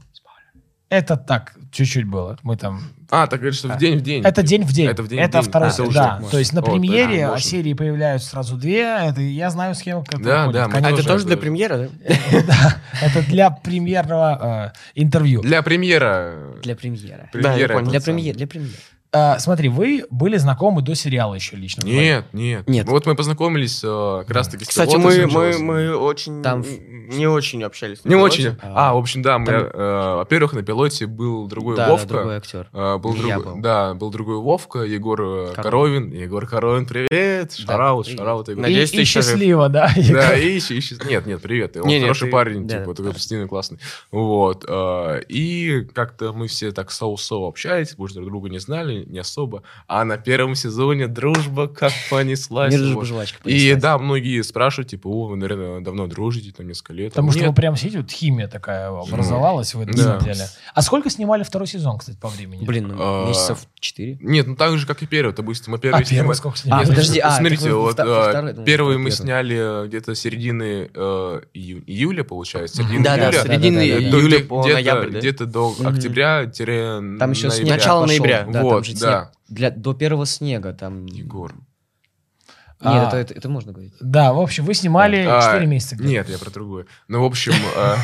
Speaker 1: Это так, чуть-чуть было. Мы там...
Speaker 2: А, так говоришь, что в день в день.
Speaker 1: Это день в день.
Speaker 2: Это в день в
Speaker 1: Это
Speaker 2: день.
Speaker 1: второй
Speaker 2: А,
Speaker 1: сезон,
Speaker 2: это
Speaker 1: да.
Speaker 2: уже-
Speaker 1: То есть на
Speaker 2: Вот, это
Speaker 1: премьере
Speaker 2: можно.
Speaker 1: серии появляются сразу две. а Это, я знаю схему, как
Speaker 2: Да,
Speaker 1: выходит,
Speaker 2: да, мы
Speaker 5: А
Speaker 1: конечно.
Speaker 5: это
Speaker 2: Тоже
Speaker 5: тоже
Speaker 2: это-
Speaker 5: до премьеры, да?
Speaker 1: Это для премьерного э, интервью.
Speaker 2: Для премьера.
Speaker 4: Для премьеры.
Speaker 5: Да, я
Speaker 2: премьера
Speaker 5: понял.
Speaker 2: это
Speaker 4: Для
Speaker 2: вот сам.
Speaker 4: премьеры, для премьеры.
Speaker 1: Э, смотри, вы были знакомы до сериала еще лично? вдвоем?
Speaker 2: Нет, нет.
Speaker 4: Нет.
Speaker 2: Вот мы познакомились э, как раз таки с
Speaker 5: Кстати,
Speaker 2: пилотом
Speaker 5: мы, мы,
Speaker 2: Санчелосом.
Speaker 5: мы очень...
Speaker 4: Там-
Speaker 5: Не очень общались. на
Speaker 2: Не
Speaker 5: пилоте.
Speaker 2: очень.
Speaker 4: А.
Speaker 2: А, в общем, да, мы,
Speaker 4: Там-
Speaker 2: э, во-первых, на пилоте был другой
Speaker 4: Да, да,
Speaker 2: Вовка.
Speaker 4: другой актер.
Speaker 2: Э, был
Speaker 4: Я
Speaker 2: другой,
Speaker 4: был.
Speaker 2: Да, был другой Вовка, Егор э,
Speaker 4: Коровин.
Speaker 2: Коровин. Егор Коровин, привет! Шараут,
Speaker 4: привет.
Speaker 2: шараут, Егор.
Speaker 1: И-
Speaker 5: Надеюсь,
Speaker 1: и,
Speaker 5: ты еще жив.
Speaker 1: счастливо, да.
Speaker 2: Да, и еще, Нет, нет, привет. Он
Speaker 5: Не, не,
Speaker 2: хороший
Speaker 5: ты-
Speaker 2: парень,
Speaker 4: да,
Speaker 2: типа,
Speaker 4: да,
Speaker 2: такой
Speaker 4: да.
Speaker 2: постельный классный. Вот. э, И как-то мы все так соусово общались, больше друг друга не знали, не особо. А на первом сезоне дружба как понеслась.
Speaker 4: Мир же
Speaker 2: вот.
Speaker 4: жвачка.
Speaker 2: И
Speaker 4: понеслась.
Speaker 2: да, многие спрашивают, типа, о, вы, наверное, давно дружите, там, несколько лет.
Speaker 1: Потому что вы
Speaker 2: Нет,
Speaker 1: прямо сидите, вот химия такая образовалась в этом
Speaker 2: Да.
Speaker 1: деле. А сколько снимали второй сезон, кстати, по времени?
Speaker 4: Блин, ну,
Speaker 2: А,
Speaker 4: месяцев четыре.
Speaker 2: Нет, ну так же, как и первый. То есть мы
Speaker 1: а
Speaker 2: первый
Speaker 1: первый
Speaker 2: снимали-
Speaker 1: сколько
Speaker 4: А,
Speaker 1: снимали?
Speaker 2: Нет,
Speaker 4: подожди, а,
Speaker 2: смотрите,
Speaker 4: так вы
Speaker 2: вот
Speaker 4: вта- во
Speaker 2: э,
Speaker 4: второй, думаю,
Speaker 2: первый мы
Speaker 4: первый.
Speaker 2: сняли э, где-то середины э, ию- июля, получается,
Speaker 4: Мгм.
Speaker 2: середины
Speaker 5: Да, да,
Speaker 2: июля.
Speaker 4: Да-да-да-да-да-да.
Speaker 5: середины
Speaker 2: То
Speaker 4: Да-да-да.
Speaker 5: июля
Speaker 2: где-
Speaker 5: по
Speaker 2: где-то-
Speaker 5: ноябрь, да?
Speaker 2: Где-то до
Speaker 4: Мгм.
Speaker 2: октября тире
Speaker 4: Там еще
Speaker 2: ноября.
Speaker 4: снег
Speaker 5: Начало
Speaker 4: пошел,
Speaker 5: ноября.
Speaker 4: Да,
Speaker 2: Вот,
Speaker 4: там же
Speaker 2: да.
Speaker 4: снег. Для, до первого снега там...
Speaker 2: Егор.
Speaker 1: А.
Speaker 4: Нет, это, это, это можно говорить.
Speaker 1: Да, в общем, вы снимали
Speaker 2: А,
Speaker 1: 4 месяца. где-то.
Speaker 2: Нет, я про другое. Ну, в общем, э,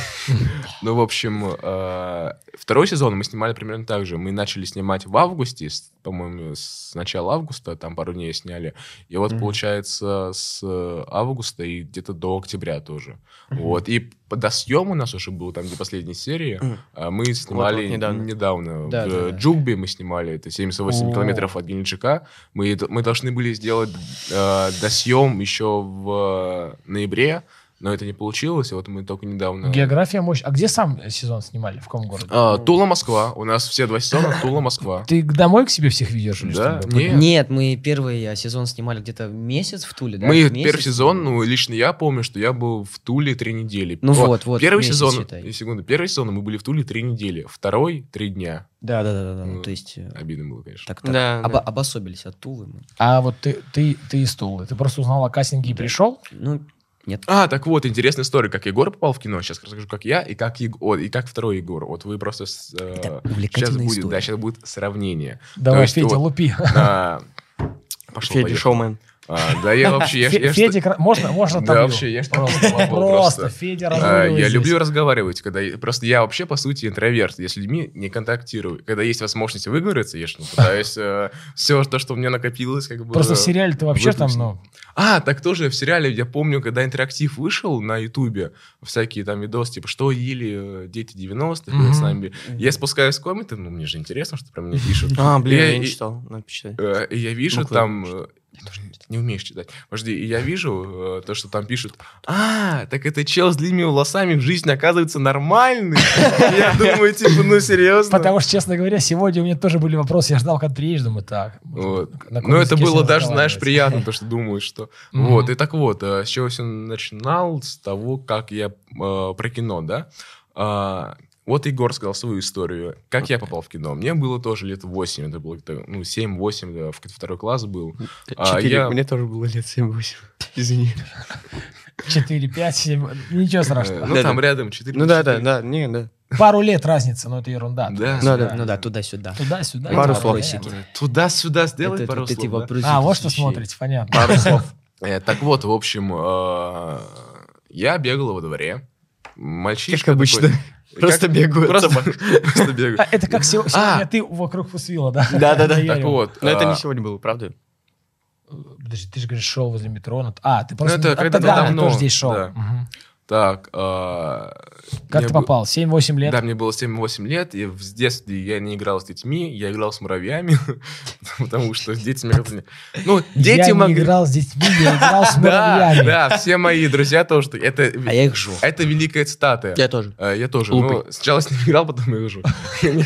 Speaker 2: ну, в общем, э, второй сезон мы снимали примерно так же. Мы начали снимать в августе, с- по-моему, с начала августа, там пару дней сняли. И вот,
Speaker 4: Мгм.
Speaker 2: получается, с э, августа и где-то до октября тоже. Вот. И п- до съем у нас уже был, там, где последней серии,
Speaker 5: Мгм.
Speaker 2: а мы снимали
Speaker 5: Вот-вот недавно.
Speaker 2: недавно.
Speaker 4: Да,
Speaker 2: в
Speaker 4: да, да.
Speaker 2: Джугбе мы снимали, это 78
Speaker 1: О.
Speaker 2: километров от Геленджика. Мы, д- мы должны были сделать э, досъем еще в э, ноябре, но это не получилось. И вот мы только недавно...
Speaker 1: География мощь. А где сам сезон снимали? В каком городе?
Speaker 2: А, Тула-Москва. У нас все два сезона Тула-Москва.
Speaker 1: Ты домой к себе всех ведешь? или
Speaker 2: Да?
Speaker 1: что?
Speaker 2: Нет.
Speaker 4: Нет, мы первый а, сезон снимали где-то месяц в Туле, да?
Speaker 2: Мы
Speaker 4: Месяц
Speaker 2: первый
Speaker 4: снимали.
Speaker 2: сезон, ну, лично я помню, что я был в Туле три недели.
Speaker 4: Ну
Speaker 2: О,
Speaker 4: вот, вот,
Speaker 2: Первый
Speaker 4: месяц
Speaker 2: сезон,
Speaker 4: считай.
Speaker 2: и секунду, первый сезон мы были в Туле три недели, второй три дня.
Speaker 4: Да, да, да, да, да. ну,
Speaker 2: Ну,
Speaker 4: то есть э,
Speaker 2: Обидно было, конечно.
Speaker 4: так, так
Speaker 5: Да,
Speaker 4: обо-
Speaker 5: да.
Speaker 4: обособились от Тулы. мы.
Speaker 1: А вот ты, ты, ты из Тулы. Ты просто узнал о кастинге и пришел?
Speaker 4: Ну, нет.
Speaker 2: А, так вот, интересная история, как Егор попал в кино. Сейчас расскажу, как я и как, Его- о, и как второй Егор. Вот вы просто... с, э,
Speaker 4: Это
Speaker 2: сейчас
Speaker 4: увлекательная
Speaker 2: будет,
Speaker 4: история.
Speaker 2: да, сейчас будет сравнение.
Speaker 1: Давай,
Speaker 2: есть
Speaker 1: Федя,
Speaker 2: вот-
Speaker 1: лупи.
Speaker 2: А, Пошел,
Speaker 5: Федя
Speaker 2: поехал.
Speaker 5: Шоумен.
Speaker 2: А, да, я вообще... я-
Speaker 1: Фе-
Speaker 2: я
Speaker 1: Федя,
Speaker 2: что-
Speaker 1: Кра- можно, можно
Speaker 2: Да,
Speaker 1: там
Speaker 2: вообще, я ж так
Speaker 1: просто,
Speaker 2: могу
Speaker 1: просто
Speaker 2: просто.
Speaker 1: Федя
Speaker 2: А,
Speaker 1: разруливает
Speaker 2: Я
Speaker 1: здесь.
Speaker 2: люблю разговаривать, когда я- просто я вообще по сути интроверт, я с людьми не контактирую. Когда есть возможность выговориться, я ж, ну, пытаюсь все то, что у меня накопилось, как бы.
Speaker 1: Просто в сериале ты вообще там,
Speaker 2: выпустим.
Speaker 1: ну,
Speaker 2: А, так тоже в сериале, я помню, когда интерактив вышел на Ютубе, всякие там видосы, типа, что ели э, дети 90-х,
Speaker 1: Мгм.
Speaker 2: когда с нами. Я спускаюсь в комменты, ну, мне же интересно, что про меня пишут.
Speaker 5: А, блин,
Speaker 2: Я-
Speaker 5: я не
Speaker 2: и-
Speaker 5: читал. Надо почитать.
Speaker 2: Э, И я вижу
Speaker 5: Ну-ка,
Speaker 2: там... э, Не умеешь читать. Подожди, и я вижу э, то, что там пишут. А, так это чел с длинными волосами в жизни оказывается нормальный. Я думаю, типа, ну серьезно.
Speaker 1: Потому что, честно говоря, сегодня у меня тоже были вопросы. Я ждал, когда приедешь, думаю, так.
Speaker 2: Вот.
Speaker 1: на
Speaker 2: Но Ну, это
Speaker 1: Курильске
Speaker 2: было
Speaker 1: всё
Speaker 2: даже, знаешь,
Speaker 1: разговаривается.
Speaker 2: приятно, то, что думают, что...
Speaker 1: Мгм.
Speaker 2: Вот, и так вот, э, с чего все начинал, с того, как я э, про кино, да? А, Вот Егор сказал свою историю. Как я попал в кино? Мне было тоже лет 8, это было где-то, ну, 7-8, да, в второй класс был. А,
Speaker 5: Э, Четыре.
Speaker 2: я-
Speaker 5: Мне тоже было лет 7-8. Извини.
Speaker 1: 4, 5, 7. Ничего
Speaker 2: Э,
Speaker 1: страшного.
Speaker 2: Ну,
Speaker 5: Да,
Speaker 2: там
Speaker 5: да.
Speaker 2: рядом 4
Speaker 5: Ну да, да, да, не, да.
Speaker 1: Пару лет разница, но это ерунда.
Speaker 2: Э. Да, Э,
Speaker 1: Туда-сюда.
Speaker 5: да,
Speaker 4: Ну да, туда-сюда.
Speaker 1: Туда-сюда.
Speaker 5: Пару
Speaker 1: Да,
Speaker 5: слов.
Speaker 1: понятно.
Speaker 2: Туда-сюда сделай
Speaker 4: Это типа
Speaker 2: пару
Speaker 4: вот эти
Speaker 2: слов, да?
Speaker 4: вопросы.
Speaker 1: А, вот что
Speaker 4: вещей.
Speaker 1: смотрите, понятно.
Speaker 2: Пару слов. Э, Так вот, в общем, э, я бегал во дворе. Мальчишка
Speaker 5: Как обычно.
Speaker 2: такой-
Speaker 5: Просто
Speaker 2: Как-
Speaker 5: бегаю от
Speaker 2: Просто
Speaker 5: собак.
Speaker 2: просто бегаю.
Speaker 1: А, это как сего- сегодня
Speaker 2: А.
Speaker 1: ты вокруг Фусвила, да?
Speaker 5: Да-да-да.
Speaker 1: Наверил.
Speaker 2: Так вот.
Speaker 5: Но это
Speaker 2: а,
Speaker 5: не сегодня было, правда?
Speaker 1: Подожди, ты же говоришь, шел возле метро. ну, А, ты просто...
Speaker 2: это
Speaker 1: а,
Speaker 2: когда-то
Speaker 1: да,
Speaker 2: давно,
Speaker 1: я тоже здесь шел.
Speaker 2: да.
Speaker 1: Мгм.
Speaker 2: Так, а,
Speaker 1: Как
Speaker 2: мне
Speaker 1: ты
Speaker 2: бы-
Speaker 1: попал? 7-8 лет?
Speaker 2: Да, мне было 7-8 лет, и в детстве я не играл с детьми, я играл с муравьями, потому что с детьми... как-то не- Ну, дети
Speaker 1: я не
Speaker 2: могли...
Speaker 1: играл с детьми, я играл с
Speaker 2: Да,
Speaker 1: муравьями.
Speaker 2: да, все мои друзья тоже... так- Это,
Speaker 4: А я их жу.
Speaker 2: это великая цитата.
Speaker 5: Я тоже.
Speaker 2: Э, Я тоже.
Speaker 5: Глупый.
Speaker 2: Ну, сначала с ним играл, потом я вижу.
Speaker 1: Ты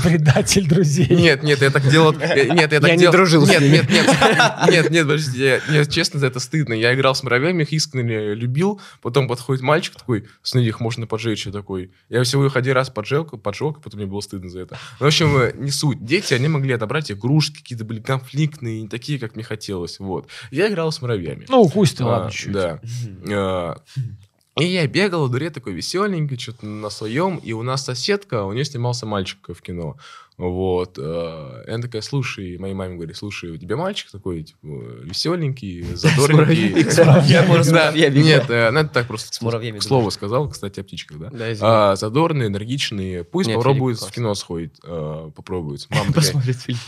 Speaker 1: предатель друзей.
Speaker 2: Нет, нет, я так делал. э, Нет, я так
Speaker 4: не
Speaker 2: делал-
Speaker 4: дружил с
Speaker 2: Нет,
Speaker 4: ними.
Speaker 2: нет, нет, нет, нет, подожди, я- мне честно, за это стыдно. Я играл с муравьями, их искренне любил. Потом подходит мальчик такой, смотри, их можно поджечь. Я такой, я всего их один раз поджег, поджег, потом мне было стыдно за это. Ну, в общем, э, не суть. Дети, они могли отобрать игрушки, какие-то были конфликтные, не такие, как мне хотелось. Вот. Я играл с муравьями.
Speaker 1: Ну, укусь ты, ладно,
Speaker 2: А,
Speaker 1: чуть.
Speaker 2: Да. А, И я бегал в дуре такой веселенький, что-то на своем, и у нас соседка, у нее снимался мальчик в кино. Вот. а, И она такая, слушай, моей маме говорит, слушай, у тебя мальчик такой, типа, веселенький, задорненький. Я просто-
Speaker 4: С муравьями,
Speaker 2: Нет, э, она так просто
Speaker 4: С муравьями,
Speaker 2: слово сказала, кстати, о птичках, да?
Speaker 5: Да, извини.
Speaker 2: А, Задорный, энергичный, пусть
Speaker 5: Нет,
Speaker 2: попробует
Speaker 5: Филипп,
Speaker 2: в
Speaker 5: класс.
Speaker 2: кино сходить, а, попробует. Мама такая,
Speaker 5: Посмотрит фильм.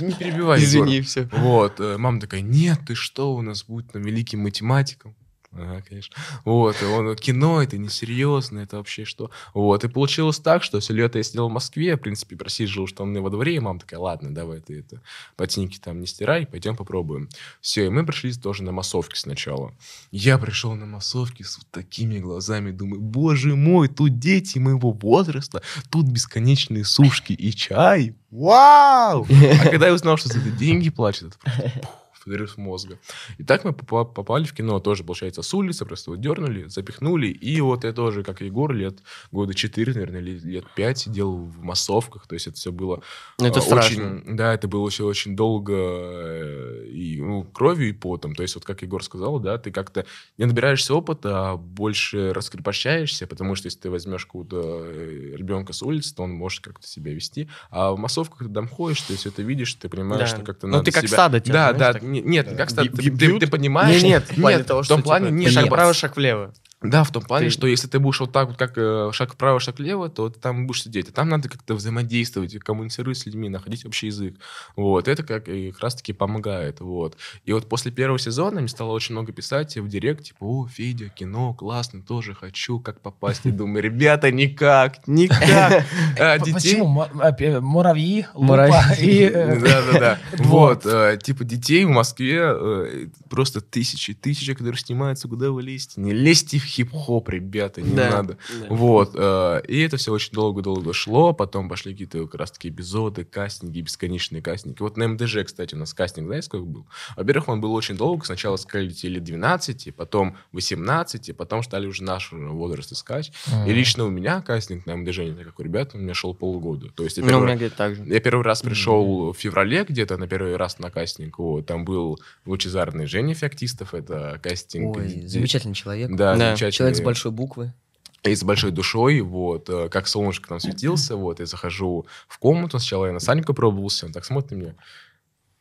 Speaker 2: «Не- не перебивай, Егор».
Speaker 5: Извини, все.
Speaker 2: Вот, э, мама такая, нет, ты что, у нас будет там великим математиком. Ага, конечно. Вот, и он, кино, это несерьезно, это вообще что. Вот, и получилось так, что все лето я сидел в Москве, в принципе, просиживал, что мне во дворе, и мама такая, ладно, давай ты это, ботинки там не стирай, пойдем попробуем. Все, и мы пришли тоже на массовки сначала. Я пришел на массовки с вот такими глазами, думаю, боже мой, тут дети моего возраста, тут бесконечные сушки и чай, вау! А когда я узнал, что за это деньги платят, это просто пух, взрыв мозга. И так мы попа- попали в кино тоже, получается, с улицы, просто вот дернули, запихнули. И вот я тоже, как Егор, лет года 4, наверное, или лет 5 сидел в массовках. То есть это все было
Speaker 5: Это
Speaker 2: а,
Speaker 5: страшно.
Speaker 2: очень- да, это было все очень долго э, и ну, кровью и потом. То есть вот как Егор сказал, да, ты как-то не набираешься опыта, а больше раскрепощаешься, потому что если ты возьмешь какого-то э, ребенка с улицы, то он может как-то себя вести. А в массовках ты там ходишь, ты все это видишь, ты понимаешь,
Speaker 5: Да.
Speaker 2: что как-то
Speaker 5: Ну,
Speaker 2: надо
Speaker 5: ты как
Speaker 2: себя-
Speaker 5: стадо тебя,
Speaker 2: Да,
Speaker 5: знаешь,
Speaker 2: да,
Speaker 5: так.
Speaker 2: не- нет, не как стадо.
Speaker 5: Бью-
Speaker 2: Ты, ты- ты понимаешь?
Speaker 5: Не, нет, в плане того,
Speaker 2: в
Speaker 5: что
Speaker 2: том плане
Speaker 5: типа,
Speaker 2: не
Speaker 5: ты
Speaker 2: шаг
Speaker 5: шаг
Speaker 2: бац.
Speaker 5: вправо, шаг влево.
Speaker 2: Да, в том плане,
Speaker 5: Ты-
Speaker 2: что если ты будешь вот так вот, как э, шаг вправо, шаг влево, то ты там будешь сидеть. А там надо как-то взаимодействовать, и коммуницировать с людьми, находить общий язык. Вот, это как, и как раз-таки помогает, вот. И вот после первого сезона мне стало очень много писать в директ, типа, о, Федя, кино, классно, тоже хочу, как попасть. И думаю, ребята, никак, никак. А,
Speaker 1: Э, П-
Speaker 2: детей-
Speaker 1: Почему? Мо- а, пе- Муравьи,
Speaker 5: Типа,
Speaker 1: лупа
Speaker 4: Муравьи.
Speaker 1: и... э,
Speaker 2: Да-да-да.
Speaker 1: Вот.
Speaker 2: Вот, э, типа детей в Москве э, просто тысячи, тысячи, которые снимаются, куда вы лезете? Не лезьте в хип-хоп, ребята, не
Speaker 5: Да. Ну,
Speaker 2: надо. Вот, э, и это все очень долго-долго шло, потом пошли какие-то как раз-таки эпизоды, кастинги, бесконечные кастинги. Вот на МДЖ, кстати, у нас кастинг, знаете, сколько был? Во-первых, он был очень долго, сначала искали детей лет 12, потом 18, и потом стали уже наш возраст искать. И лично у меня кастинг на МДЖ, не так как у ребят, у меня шел полгода. То есть я
Speaker 5: Ну, у
Speaker 2: первый
Speaker 5: меня где-то так же.
Speaker 2: я первый раз пришел в феврале где-то на первый раз на кастинг. Вот, там был лучезарный Женя Феоктистов, это кастинг.
Speaker 4: Ой,
Speaker 2: где-
Speaker 4: замечательный человек.
Speaker 2: Да,
Speaker 5: Да.
Speaker 2: замечательный.
Speaker 4: Человек с большой буквы.
Speaker 2: И с большой душой, вот, э, как солнышко там светился, вот, я захожу в комнату, сначала я на Саньку пробовался, он так смотрит на меня,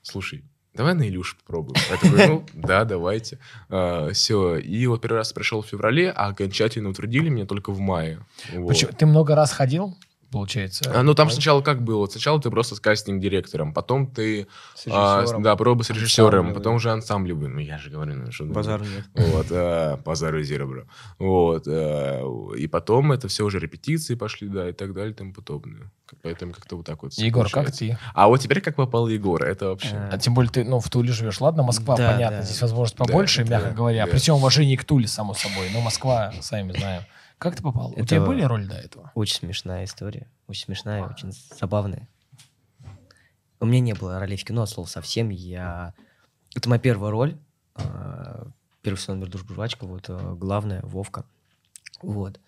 Speaker 2: слушай, давай на Илюшу попробуем. Я такой, ну, да, давайте. все. И вот первый раз пришел в феврале, а окончательно утвердили меня только в мае. Вот.
Speaker 1: Почему- Ты много раз ходил, получается?
Speaker 2: А, ну, там
Speaker 1: Да?
Speaker 2: сначала как было? Сначала ты просто с кастинг-директором, потом ты...
Speaker 1: С
Speaker 2: а,
Speaker 1: режиссером.
Speaker 2: да, пробы с режиссером,
Speaker 1: Ансамблевый.
Speaker 2: потом уже ансамблевый. Ну, я же говорю, ну, что...
Speaker 4: Базар нет.
Speaker 2: Вот, а, по Зару и Зеребру. Вот, а, и потом это все уже репетиции пошли, да, и так далее, и тому подобное. Как- Поэтому как-то вот так вот. всё
Speaker 1: Егор, как
Speaker 2: получается.
Speaker 1: ты?
Speaker 2: А вот теперь как попал Егор, это вообще...
Speaker 1: А тем более ты, ну, в Туле живешь. Ладно, Москва,
Speaker 4: Да,
Speaker 1: понятно,
Speaker 4: да.
Speaker 1: здесь возможность побольше,
Speaker 2: Да,
Speaker 1: мягко
Speaker 2: да,
Speaker 1: говоря.
Speaker 2: да.
Speaker 1: При всем уважении к Туле, само собой. Но Москва, сами знаем. Как ты попал? У
Speaker 4: Это-
Speaker 1: тебя были роли до этого?
Speaker 4: Очень смешная история. Очень смешная, очень забавная. У меня не было ролей в кино, от слова совсем. Я... Это моя первая роль. а, Первый сезон «Мир, дружба, жвачка». Вот а, главная, Вовка. Вот.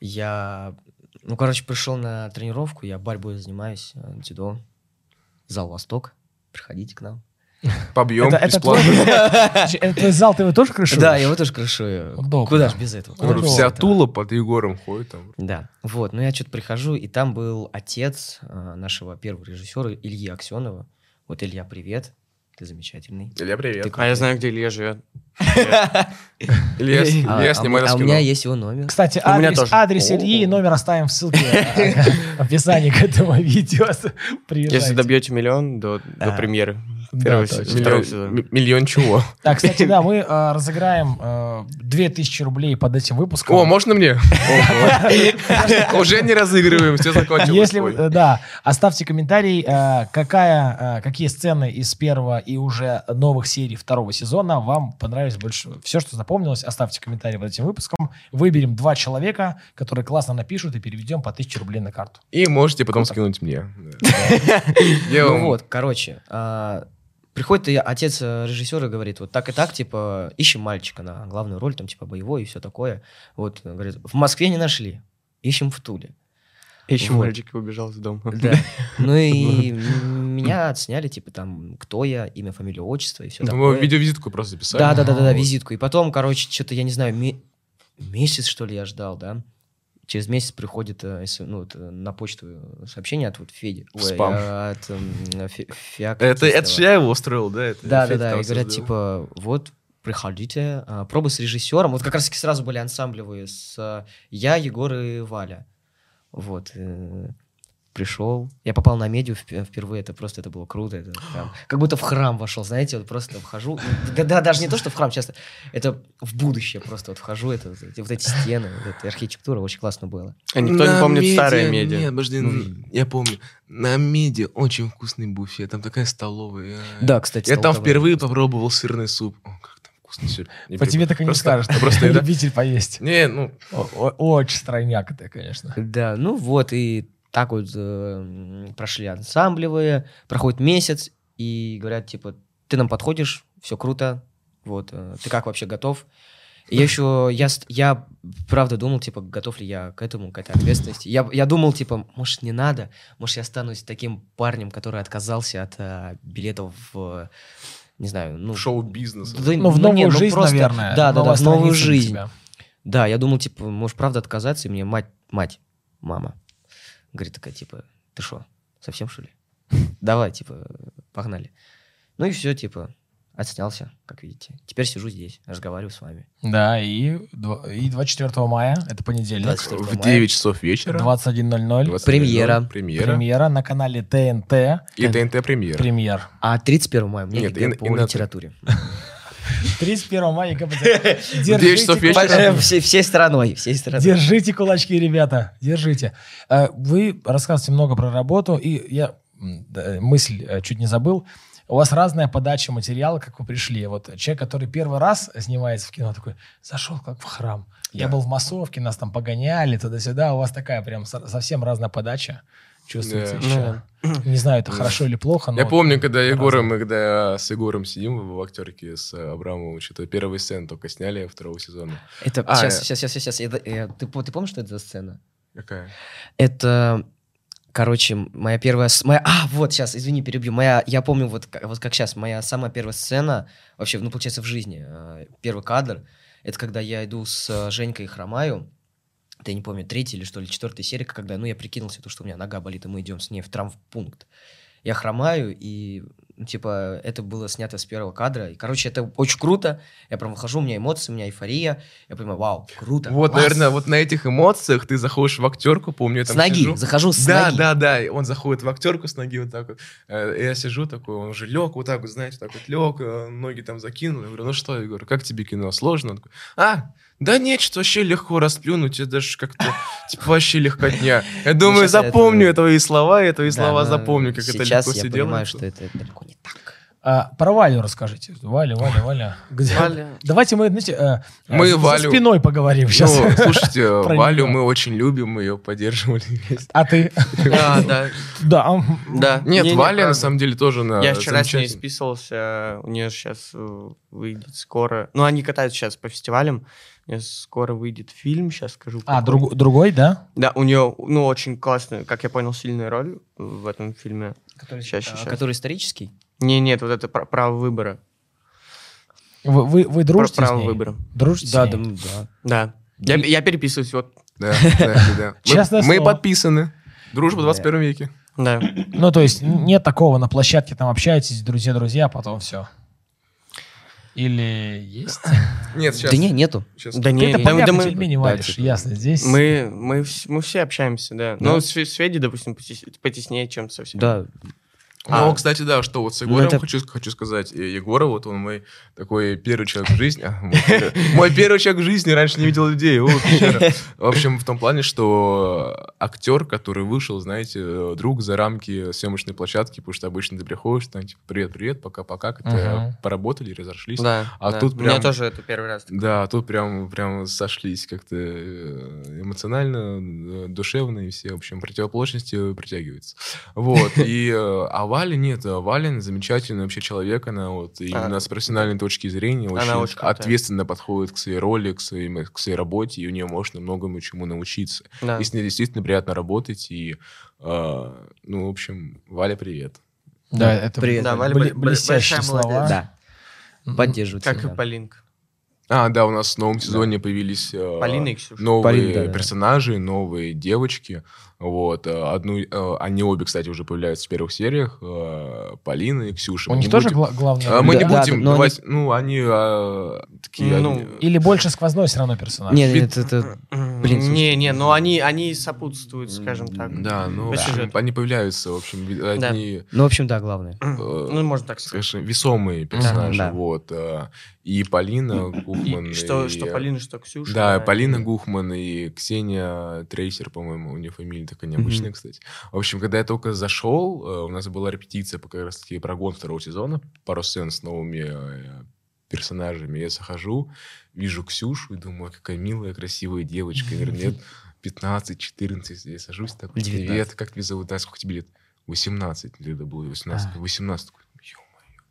Speaker 4: Я... Ну, короче, пришел на тренировку. Я борьбой занимаюсь, а, дзюдо. Зал «Восток». Приходите к нам.
Speaker 2: Побьем
Speaker 1: Э, это, это твой,
Speaker 2: бесплатно.
Speaker 1: это твой зал, ты его тоже крышуешь?
Speaker 4: Да, я его тоже крышую.
Speaker 1: Удобно.
Speaker 4: Куда же без этого?
Speaker 1: Говорю,
Speaker 4: Куда же без
Speaker 2: Вся
Speaker 4: этого?
Speaker 2: Тула под Егором ходит там.
Speaker 4: Да, вот, но я что-то прихожу, и там был отец э, нашего первого режиссера Ильи Аксенова. Вот, Илья, привет, ты замечательный.
Speaker 2: Илья, привет.
Speaker 4: Ты-
Speaker 5: А я знаю, где Илья живет.
Speaker 2: Илья, с-
Speaker 4: А,
Speaker 2: Илья
Speaker 4: а
Speaker 2: снимает
Speaker 4: м-
Speaker 2: нас
Speaker 4: а
Speaker 2: в
Speaker 4: у
Speaker 2: кино.
Speaker 4: меня есть его номер.
Speaker 1: Кстати,
Speaker 5: У меня
Speaker 1: адрес,
Speaker 5: тоже.
Speaker 1: адрес Ильи и
Speaker 5: О.
Speaker 1: номер оставим в ссылке э, в описании к этому видео.
Speaker 5: Если
Speaker 1: Приезжайте.
Speaker 5: добьете миллион до, до
Speaker 4: А.
Speaker 5: премьеры
Speaker 1: Да,
Speaker 5: первого
Speaker 1: точно.
Speaker 5: сезона, второго
Speaker 2: Миллион,
Speaker 5: сезона.
Speaker 2: м- миллион чего?
Speaker 1: Так, кстати, да, мы э, разыграем э, 2000 рублей под этим выпуском.
Speaker 2: О, можно мне? Уже не разыгрываем, все закончилось.
Speaker 1: Если, вы-
Speaker 2: Ой.
Speaker 1: э, да, оставьте комментарий, э, какая, э, какие сцены из первого и уже новых серий второго сезона вам понравились больше. Все, что запомнилось, оставьте комментарий под этим выпуском. Выберем два человека, которые классно напишут и переведем по 1000 рублей на карту.
Speaker 2: И можете потом скинуть мне. Я
Speaker 4: Ну
Speaker 2: вам-
Speaker 4: вот, короче, а, приходит и отец э, режиссера и говорит, вот так и так, типа, ищем мальчика на главную роль, там, типа, боевой и все такое. Вот, э, говорит, в Москве не нашли, ищем в Туле.
Speaker 5: Еще
Speaker 4: Вот.
Speaker 5: мальчик убежал из дома.
Speaker 4: Да. Ну и м, меня отсняли, типа, там, кто я, имя, фамилия, отчество и все
Speaker 2: Ну,
Speaker 4: такое.
Speaker 2: мы видеовизитку просто записали.
Speaker 4: Да, да, да, да, да,
Speaker 2: Вот.
Speaker 4: визитку. И потом, короче, что-то, я не знаю, ме- месяц, что ли, я ждал, да. Через месяц приходит э, эс- ну, вот, э, на почту сообщение от вот Феди.
Speaker 2: В спам.
Speaker 4: э, от эм, Фи- Фиака
Speaker 2: Это, это
Speaker 4: Кистова.
Speaker 2: же я его устроил, да? это
Speaker 4: Да, да,
Speaker 2: Федя
Speaker 4: да.
Speaker 2: там
Speaker 4: И говорят,
Speaker 2: создал.
Speaker 4: типа, вот, приходите, а, пробы с режиссером. Вот как раз таки сразу были ансамблевые с а, я, Егор и Валя. Вот. э, Пришел. Я попал на медиу вп- впервые. Это просто это было круто. Это прям как будто в храм вошел, знаете, вот просто вхожу. и- Да, да, даже не то, что в храм часто. Это в будущее просто вот вхожу. Это вот эти, вот эти стены, вот эта архитектура. Очень классно было.
Speaker 5: А никто не
Speaker 2: На
Speaker 5: помнит
Speaker 2: медиа-
Speaker 5: старые медиа.
Speaker 2: Нет, подожди,
Speaker 4: Ну,
Speaker 2: н- я помню. На меди очень вкусный буфет, там такая столовая.
Speaker 4: Да, кстати.
Speaker 2: Я там
Speaker 4: столкновение.
Speaker 2: впервые попробовал сырный суп. О, как там вкусно сыр. Не
Speaker 1: По тебе
Speaker 2: придумал.
Speaker 1: так и не
Speaker 2: Просто-
Speaker 1: скажешь.
Speaker 2: Просто еда.
Speaker 1: любитель поесть.
Speaker 2: Не, ну,
Speaker 1: О- о- Очень стройняк это, конечно.
Speaker 4: Да, ну вот, и так вот э, м, прошли ансамблевые, проходит месяц, и говорят, типа, ты нам подходишь, все круто, вот, э, ты как вообще готов? И я еще, я, ст- я правда думал, типа, готов ли я к этому, к этой ответственности. Я, я думал, типа, может, не надо, может, я останусь таким парнем, который отказался от э, билетов в, э, не знаю, ну...
Speaker 2: шоу-бизнес.
Speaker 4: да,
Speaker 1: Ну, в новую
Speaker 4: не, ну,
Speaker 1: жизнь,
Speaker 4: просто-
Speaker 1: наверное.
Speaker 4: Да, да, да,
Speaker 1: новая
Speaker 4: в новую
Speaker 1: страница для
Speaker 4: жизнь.
Speaker 1: тебя.
Speaker 4: Да, я думал, типа, может, правда отказаться, и мне мать, мать, мама, говорит такая, типа, ты что, совсем что ли? Давай, типа, погнали. Ну и все, типа, отснялся, как видите. Теперь сижу здесь, разговариваю с вами.
Speaker 1: Да, и дв- и 24 мая, это понедельник,
Speaker 4: 24
Speaker 2: В
Speaker 4: мая.
Speaker 2: 9 часов вечера.
Speaker 1: 21.00,
Speaker 2: 20
Speaker 4: а? Премьера.
Speaker 2: Премьера.
Speaker 1: премьера на канале ТНТ.
Speaker 2: И ТНТ премьера.
Speaker 1: Премьер.
Speaker 4: А 31 мая мне
Speaker 2: Нет,
Speaker 4: ЕГЭ
Speaker 2: и-
Speaker 4: по
Speaker 2: и на-
Speaker 4: литературе.
Speaker 1: 31 мая ЕГЭ. Держите
Speaker 2: часов
Speaker 1: кулачки.
Speaker 2: вечера.
Speaker 4: Э, Всей всей страной, всей страной.
Speaker 1: Держите кулачки, ребята, держите. Э, Вы рассказываете много про работу, и я м, да, мысль э, чуть не забыл. У вас разная подача материала, как вы пришли. Вот человек, который первый раз снимается в кино, такой, зашел как в храм. Я
Speaker 2: Да.
Speaker 1: был в массовке, нас там погоняли туда-сюда. У вас такая прям со- совсем разная подача чувствуется
Speaker 2: Да.
Speaker 1: еще. Не знаю, это
Speaker 2: Да.
Speaker 1: хорошо или плохо, но...
Speaker 2: Я помню, когда
Speaker 1: разные.
Speaker 2: Егором, мы когда с Егором сидим в актерке с э, Абрамовым, что-то первый сцен только сняли второго сезона.
Speaker 4: Это,
Speaker 2: А,
Speaker 4: сейчас,
Speaker 2: э.
Speaker 4: сейчас, сейчас, сейчас, я- я- э, ты по- ты помнишь, что это за сцена?
Speaker 2: Какая?
Speaker 4: Это, короче, моя первая... с- Моя... А, вот сейчас, извини, перебью. Моя... Я помню, вот, к- вот как сейчас, моя самая первая сцена, вообще, ну, получается, в жизни, э, первый кадр, это когда я иду с э, Женькой и хромаю, это я не помню, третья или что ли, четвертая серия, когда, ну, я прикинулся, то, что у меня нога болит, и мы идем с ней в травмпункт. Я хромаю, и ну, типа, это было снято с первого кадра. И, короче, это очень круто. Я прям выхожу, у меня эмоции, у меня эйфория. Я понимаю, вау, круто.
Speaker 2: Вот,
Speaker 4: класс.
Speaker 2: наверное, вот на этих эмоциях ты заходишь в актерку, помню, я
Speaker 4: С
Speaker 2: там
Speaker 4: ноги,
Speaker 2: сижу.
Speaker 4: захожу с
Speaker 2: да,
Speaker 4: ноги.
Speaker 2: да, да. И Он заходит в актерку с ноги вот так вот. Э, Я сижу такой, он уже лег, вот так вот, знаете, так вот лег, э, ноги там закинул. Я говорю, ну что, я говорю, как тебе кино? Сложно? Он такой, а, да нет, что вообще легко расплюнуть, это даже как-то, типа, вообще легкотня. Я думаю,
Speaker 4: щас я
Speaker 2: запомню
Speaker 4: это-
Speaker 2: это и слова, это и
Speaker 4: Да,
Speaker 2: слова
Speaker 4: но
Speaker 2: запомню, как это легко
Speaker 4: Сейчас я
Speaker 2: сидело.
Speaker 4: понимаю, что это далеко не так.
Speaker 1: А, про Валю расскажите. Валя, Валя, Валя. Где-
Speaker 5: Валя.
Speaker 1: Давайте мы, знаете, э,
Speaker 2: Мы
Speaker 1: за- за
Speaker 2: Валю-
Speaker 1: спиной поговорим сейчас.
Speaker 2: Ну, слушайте,
Speaker 1: Про
Speaker 2: Валю
Speaker 1: неё.
Speaker 2: мы очень любим, мы ее поддерживали вместе.
Speaker 1: А ты?
Speaker 5: Да, да,
Speaker 1: Да. м,
Speaker 5: да.
Speaker 2: Нет,
Speaker 5: Не, не,
Speaker 2: Валя на
Speaker 5: правда.
Speaker 2: самом деле тоже на
Speaker 5: Я вчера с ней
Speaker 2: замечательно.
Speaker 5: списывался, у нее сейчас выйдет скоро... Ну, они катаются сейчас по фестивалям, у нее скоро выйдет фильм, сейчас скажу.
Speaker 1: А,
Speaker 5: какой.
Speaker 1: друг- другой, да?
Speaker 5: Да, у нее, ну, очень классная, как я понял, сильная роль в этом фильме.
Speaker 4: Который,
Speaker 5: Щас, щас,
Speaker 4: а,
Speaker 5: щас.
Speaker 4: который исторический?
Speaker 5: Не, нет, вот это про- право выбора.
Speaker 1: Вы, вы, вы
Speaker 5: Про-
Speaker 1: дружите с
Speaker 5: право
Speaker 1: ней?
Speaker 5: выбора.
Speaker 1: Дружите с ней?
Speaker 4: м, да.
Speaker 5: Да. Я, я переписываюсь, вот,
Speaker 2: Да, да, да, да. Мы-
Speaker 1: Честное
Speaker 2: Мы
Speaker 1: слово.
Speaker 2: подписаны. Дружба в 21 веке.
Speaker 5: да.
Speaker 1: Ну, то есть нет такого, на площадке там общаетесь, друзья-друзья, а потом все. Или есть?
Speaker 2: Нет, сейчас.
Speaker 4: Да не, нету.
Speaker 5: Да
Speaker 1: Ты
Speaker 5: не,
Speaker 1: это
Speaker 5: да- да
Speaker 1: понятно,
Speaker 5: мы-
Speaker 1: пельмени
Speaker 4: да,
Speaker 1: варишь,
Speaker 4: типа.
Speaker 1: ясно. Здесь
Speaker 5: Мы, мы, вс- мы все общаемся, да.
Speaker 4: Да.
Speaker 5: Ну, с, Фе- с Федей, допустим, потес- потеснее, чем со всеми.
Speaker 4: Да,
Speaker 2: Ну,
Speaker 5: А.
Speaker 2: кстати, да, что вот с
Speaker 4: Ну,
Speaker 2: Егором
Speaker 4: это-
Speaker 2: хочу, хочу сказать. Э, Егора, вот он мой такой первый человек в жизни. А, мой первый- Мой первый человек в жизни, раньше не видел людей. О, пещера. В общем, в том плане, что актер, который вышел, знаете, э, друг за рамки съемочной площадки, потому что обычно ты приходишь, там, типа, привет, привет, пока-пока, как-то
Speaker 1: Ага.
Speaker 2: поработали, разошлись.
Speaker 5: Да,
Speaker 2: А
Speaker 5: да.
Speaker 2: тут
Speaker 5: У меня
Speaker 2: прям-
Speaker 5: тоже это первый раз.
Speaker 2: Да, тут прям, прям сошлись как-то э, эмоционально, э, душевно, и все, в общем, противоположности притягиваются. Вот, и... э, А Валя нет, э, Валя замечательный вообще человек, она вот именно с профессиональной точки зрения
Speaker 5: А, Она
Speaker 2: очень
Speaker 5: очень крутая.
Speaker 2: ответственно подходит к своей роли, к своей, к своей работе, и у нее можно многому чему научиться.
Speaker 5: Да.
Speaker 2: И с ней действительно приятно работать, и... э, Ну, в общем, Валя, привет.
Speaker 1: да, это
Speaker 4: Привет.
Speaker 5: Да, Валя
Speaker 1: бли-
Speaker 5: б- б-
Speaker 1: блестящие
Speaker 5: большая
Speaker 1: слова.
Speaker 5: молодец.
Speaker 4: да.
Speaker 1: М,
Speaker 4: Поддерживают.
Speaker 5: Как
Speaker 4: всегда.
Speaker 5: и Полинка.
Speaker 2: А, да, у нас в новом сезоне появились... э,
Speaker 5: Полина и Ксюша.
Speaker 2: новые
Speaker 4: Полин, да, да.
Speaker 2: персонажи, новые девочки. Вот э, одну, э, они обе, кстати, уже появляются в первых сериях. э, Полина и Ксюша.
Speaker 1: У
Speaker 2: Мы
Speaker 1: них
Speaker 2: не
Speaker 1: тоже
Speaker 2: будем-
Speaker 1: гла- главное.
Speaker 2: А, Мы
Speaker 4: Да,
Speaker 2: не
Speaker 4: да,
Speaker 2: будем.
Speaker 4: но они-
Speaker 2: давайте- Ну, они э, такие.
Speaker 5: Ну,
Speaker 2: они-
Speaker 1: Или больше сквозной все равно персонаж.
Speaker 4: Нет, нет, это... Блин, слушай.
Speaker 5: не, не, но они, они сопутствуют, скажем так.
Speaker 2: Да, ну, в
Speaker 5: По
Speaker 2: общем,
Speaker 5: сюжету.
Speaker 2: они появляются, в общем, ви- одни,
Speaker 4: Ну, в общем, да, главное.
Speaker 2: Э,
Speaker 5: Ну, можно так сказать.
Speaker 2: скажем, весомые персонажи,
Speaker 4: да.
Speaker 2: вот. э, И Полина Гухман,
Speaker 5: И что,
Speaker 2: и,
Speaker 5: что
Speaker 2: э,
Speaker 5: Полина, что Ксюша.
Speaker 2: Да, Полина
Speaker 5: и-
Speaker 2: Гухман и Ксения Трейсер, по-моему, у нее фамилия такая необычная,
Speaker 4: Мгм.
Speaker 2: кстати. В общем, когда я только зашел, э, у нас была репетиция по как раз таки прогон второго сезона, пару сцен с новыми э, персонажами. Я захожу, вижу Ксюшу и думаю, какая милая, красивая девочка. Я говорю, нет, 15-14, я сажусь такой,
Speaker 4: 19.
Speaker 2: привет, как тебя зовут, а сколько тебе лет? 18, тогда было 18, 18, такой, ё-моё,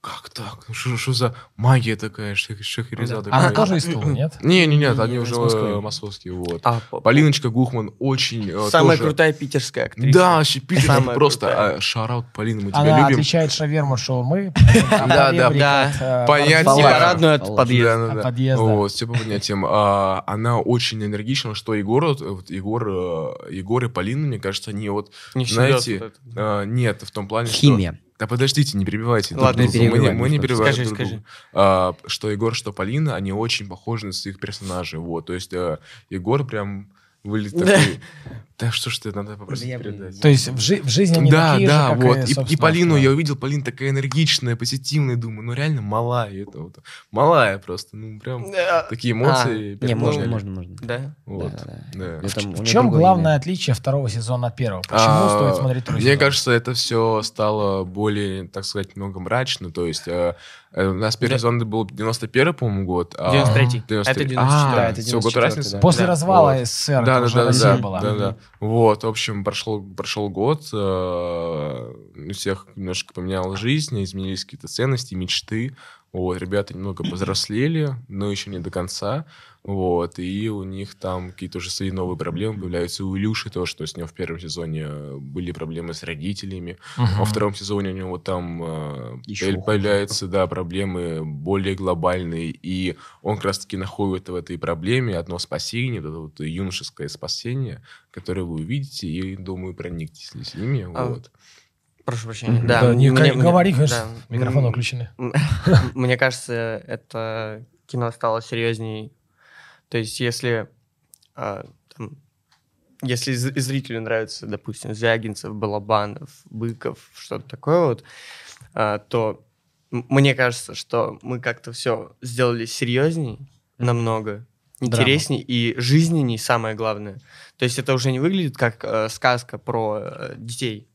Speaker 2: как так? Ну что за магия такая, шах- шахерезада?
Speaker 1: А Она
Speaker 2: какая?»
Speaker 1: тоже из Тулы, нет?
Speaker 2: Не, не, нет,
Speaker 4: Не,
Speaker 2: они
Speaker 4: не,
Speaker 2: уже
Speaker 4: из Москвы.
Speaker 2: э, московские, вот.
Speaker 5: А, П-
Speaker 2: Полиночка Гухман очень э,
Speaker 5: Самая
Speaker 2: тоже-
Speaker 5: крутая питерская актриса.
Speaker 2: Да, вообще, Питер,
Speaker 5: Самая
Speaker 2: просто
Speaker 5: крутая.
Speaker 2: а, шараут, Полина, мы тебя
Speaker 1: Она
Speaker 2: любим.
Speaker 1: отвечает шаверма шаурмы.
Speaker 2: да,
Speaker 5: да.
Speaker 1: э,
Speaker 2: Понятно.
Speaker 5: И
Speaker 2: Полина.
Speaker 5: парадную от
Speaker 4: Полина.
Speaker 5: подъезда.
Speaker 2: Да, да,
Speaker 1: От
Speaker 2: да.
Speaker 1: подъезда.
Speaker 2: Вот, все по понятиям. А, она очень энергична, что Егор, вот, вот Егор, э, Егор и Полина, мне кажется, они вот,
Speaker 5: Не
Speaker 2: ну, знаете,
Speaker 5: всерьез вот это.
Speaker 2: а, нет, в том плане, что-
Speaker 4: Химия.
Speaker 2: Да подождите, не перебивайте.
Speaker 5: Ладно,
Speaker 2: друг
Speaker 5: не
Speaker 2: друга. Мы
Speaker 4: перебивай,
Speaker 2: не мы не
Speaker 4: Михаил.
Speaker 2: перебиваем
Speaker 5: Скажи,
Speaker 2: друг
Speaker 5: скажи.
Speaker 2: друга. А, что Егор, что Полина, они очень похожи на своих персонажей. Вот, то есть э, Егор прям вылет
Speaker 5: Да.
Speaker 2: такой. Да что ж ты, надо попросить
Speaker 4: Да я бы-
Speaker 2: передать.
Speaker 1: То есть в, жи- в жизни они
Speaker 2: да,
Speaker 1: такие
Speaker 2: да,
Speaker 1: же, как
Speaker 2: вот.
Speaker 1: и,
Speaker 2: И- И,
Speaker 1: собственно,
Speaker 2: Полину
Speaker 1: что-
Speaker 2: я увидел, Полина такая энергичная, позитивная, думаю, ну реально малая это вот. Малая просто, ну прям
Speaker 5: Да.
Speaker 2: такие эмоции.
Speaker 4: Не,
Speaker 2: перед
Speaker 4: можно,
Speaker 2: нами.
Speaker 4: можно, можно.
Speaker 5: Да.
Speaker 2: Ну, Вот,
Speaker 4: Да, да,
Speaker 2: да.
Speaker 4: Я там- у
Speaker 1: В
Speaker 4: меня
Speaker 1: чем
Speaker 4: другое
Speaker 1: главное
Speaker 4: имя.
Speaker 1: отличие второго сезона от первого? Почему
Speaker 2: А,
Speaker 1: стоит смотреть второй
Speaker 2: Мне
Speaker 1: сезон?
Speaker 2: кажется, это все стало более, так сказать, много мрачно. То есть э, э, у нас первый
Speaker 5: Да.
Speaker 2: сезон был 91 по-моему, год. а-
Speaker 5: 93-й. Это
Speaker 2: 93-й.
Speaker 5: 94-й.
Speaker 2: А,
Speaker 4: Да, это
Speaker 2: всё, год
Speaker 4: 94-й,
Speaker 2: разница?
Speaker 4: да.
Speaker 1: После
Speaker 5: Да.
Speaker 1: развала
Speaker 2: Вот.
Speaker 1: СССР,
Speaker 2: Да,
Speaker 1: это
Speaker 2: да,
Speaker 1: уже
Speaker 2: да,
Speaker 1: Россия
Speaker 2: да,
Speaker 1: была.
Speaker 2: да, да. Вот, в общем, прошел, прошел год, э, у всех немножко поменялась жизнь, изменились какие-то ценности, мечты. Вот, ребята немного повзрослели, но еще не до конца. Вот, и у них там какие-то уже свои новые проблемы появляются. И У Илюши тоже, что с него в первом сезоне э, были проблемы с родителями.
Speaker 1: Мгм.
Speaker 2: Во втором сезоне у него там э,
Speaker 4: Ещё
Speaker 2: появ-
Speaker 4: хуже.
Speaker 2: появляются да, проблемы более глобальные, и он как раз-таки находит в этой проблеме одно спасение, вот это вот юношеское спасение, которое вы увидите, и, думаю, проникнитесь с ними.
Speaker 5: А.
Speaker 2: Вот.
Speaker 5: Прошу прощения.
Speaker 1: Мгм.
Speaker 5: Да,
Speaker 1: Да, не-
Speaker 5: мне-
Speaker 1: не говори,
Speaker 5: мне-
Speaker 1: конечно,
Speaker 5: да.
Speaker 1: Микрофоны
Speaker 5: М,
Speaker 1: включены.
Speaker 5: Мне кажется, это кино стало серьезней. То есть, если, а, там, если з- и зрителю нравится, допустим, Звягинцев, Балабанов, Быков, что-то такое вот, а, то м- мне кажется, что мы как-то все сделали серьезней намного,
Speaker 1: Драма.
Speaker 5: интересней и жизненней, самое главное. То есть это уже не выглядит как э, сказка про э, детей.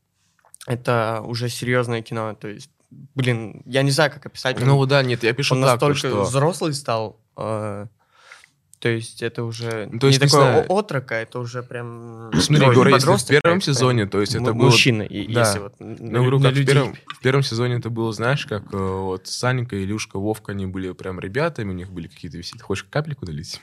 Speaker 5: Это уже серьезное кино. То есть, блин, я не знаю, как описать.
Speaker 2: Ну да, нет, я пишу
Speaker 5: он
Speaker 2: так, то,
Speaker 5: настолько
Speaker 2: что...
Speaker 5: взрослый стал. э, то есть это уже
Speaker 2: Ну, то есть,
Speaker 5: не
Speaker 2: не
Speaker 5: такое
Speaker 2: знаю.
Speaker 5: о- отрок, а это уже прям...
Speaker 2: Ну, Смотри,
Speaker 5: взрослый
Speaker 2: говорю, если в
Speaker 5: подросток,
Speaker 2: первом
Speaker 5: как прям
Speaker 2: сезоне, то есть
Speaker 5: м-
Speaker 2: это было...
Speaker 5: Мужчина, и-
Speaker 2: да.
Speaker 5: если вот...
Speaker 2: Ну, говорю,
Speaker 5: на
Speaker 2: как в
Speaker 5: людей.
Speaker 2: первом, в первом сезоне это было, знаешь, как э, вот Санька, Илюшка, Вовка, они были прям ребятами, у них были какие-то веселья. Хочешь капельку долить?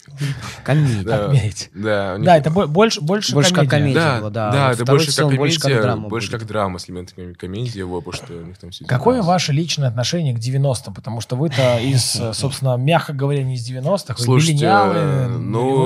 Speaker 4: Комедия.
Speaker 2: Да.
Speaker 1: Отметь.
Speaker 2: Да, у них-
Speaker 1: Да, это бо- больше больше
Speaker 4: Больше как
Speaker 1: комедия.
Speaker 4: комедия.
Speaker 2: да,
Speaker 4: было, да.
Speaker 2: да,
Speaker 4: Вот
Speaker 2: это
Speaker 4: второй
Speaker 2: больше как
Speaker 4: сезон больше как
Speaker 2: комедия,
Speaker 4: драма
Speaker 2: больше
Speaker 4: будет.
Speaker 2: как драма с элементами комедии, вот, потому что у них там все...
Speaker 1: Какое ваше личное отношение к 90-м? Потому что вы-то из, э, собственно, мягко говоря, не из 90-х, вы
Speaker 2: Слушайте,
Speaker 1: миллениалы,
Speaker 2: э, ну,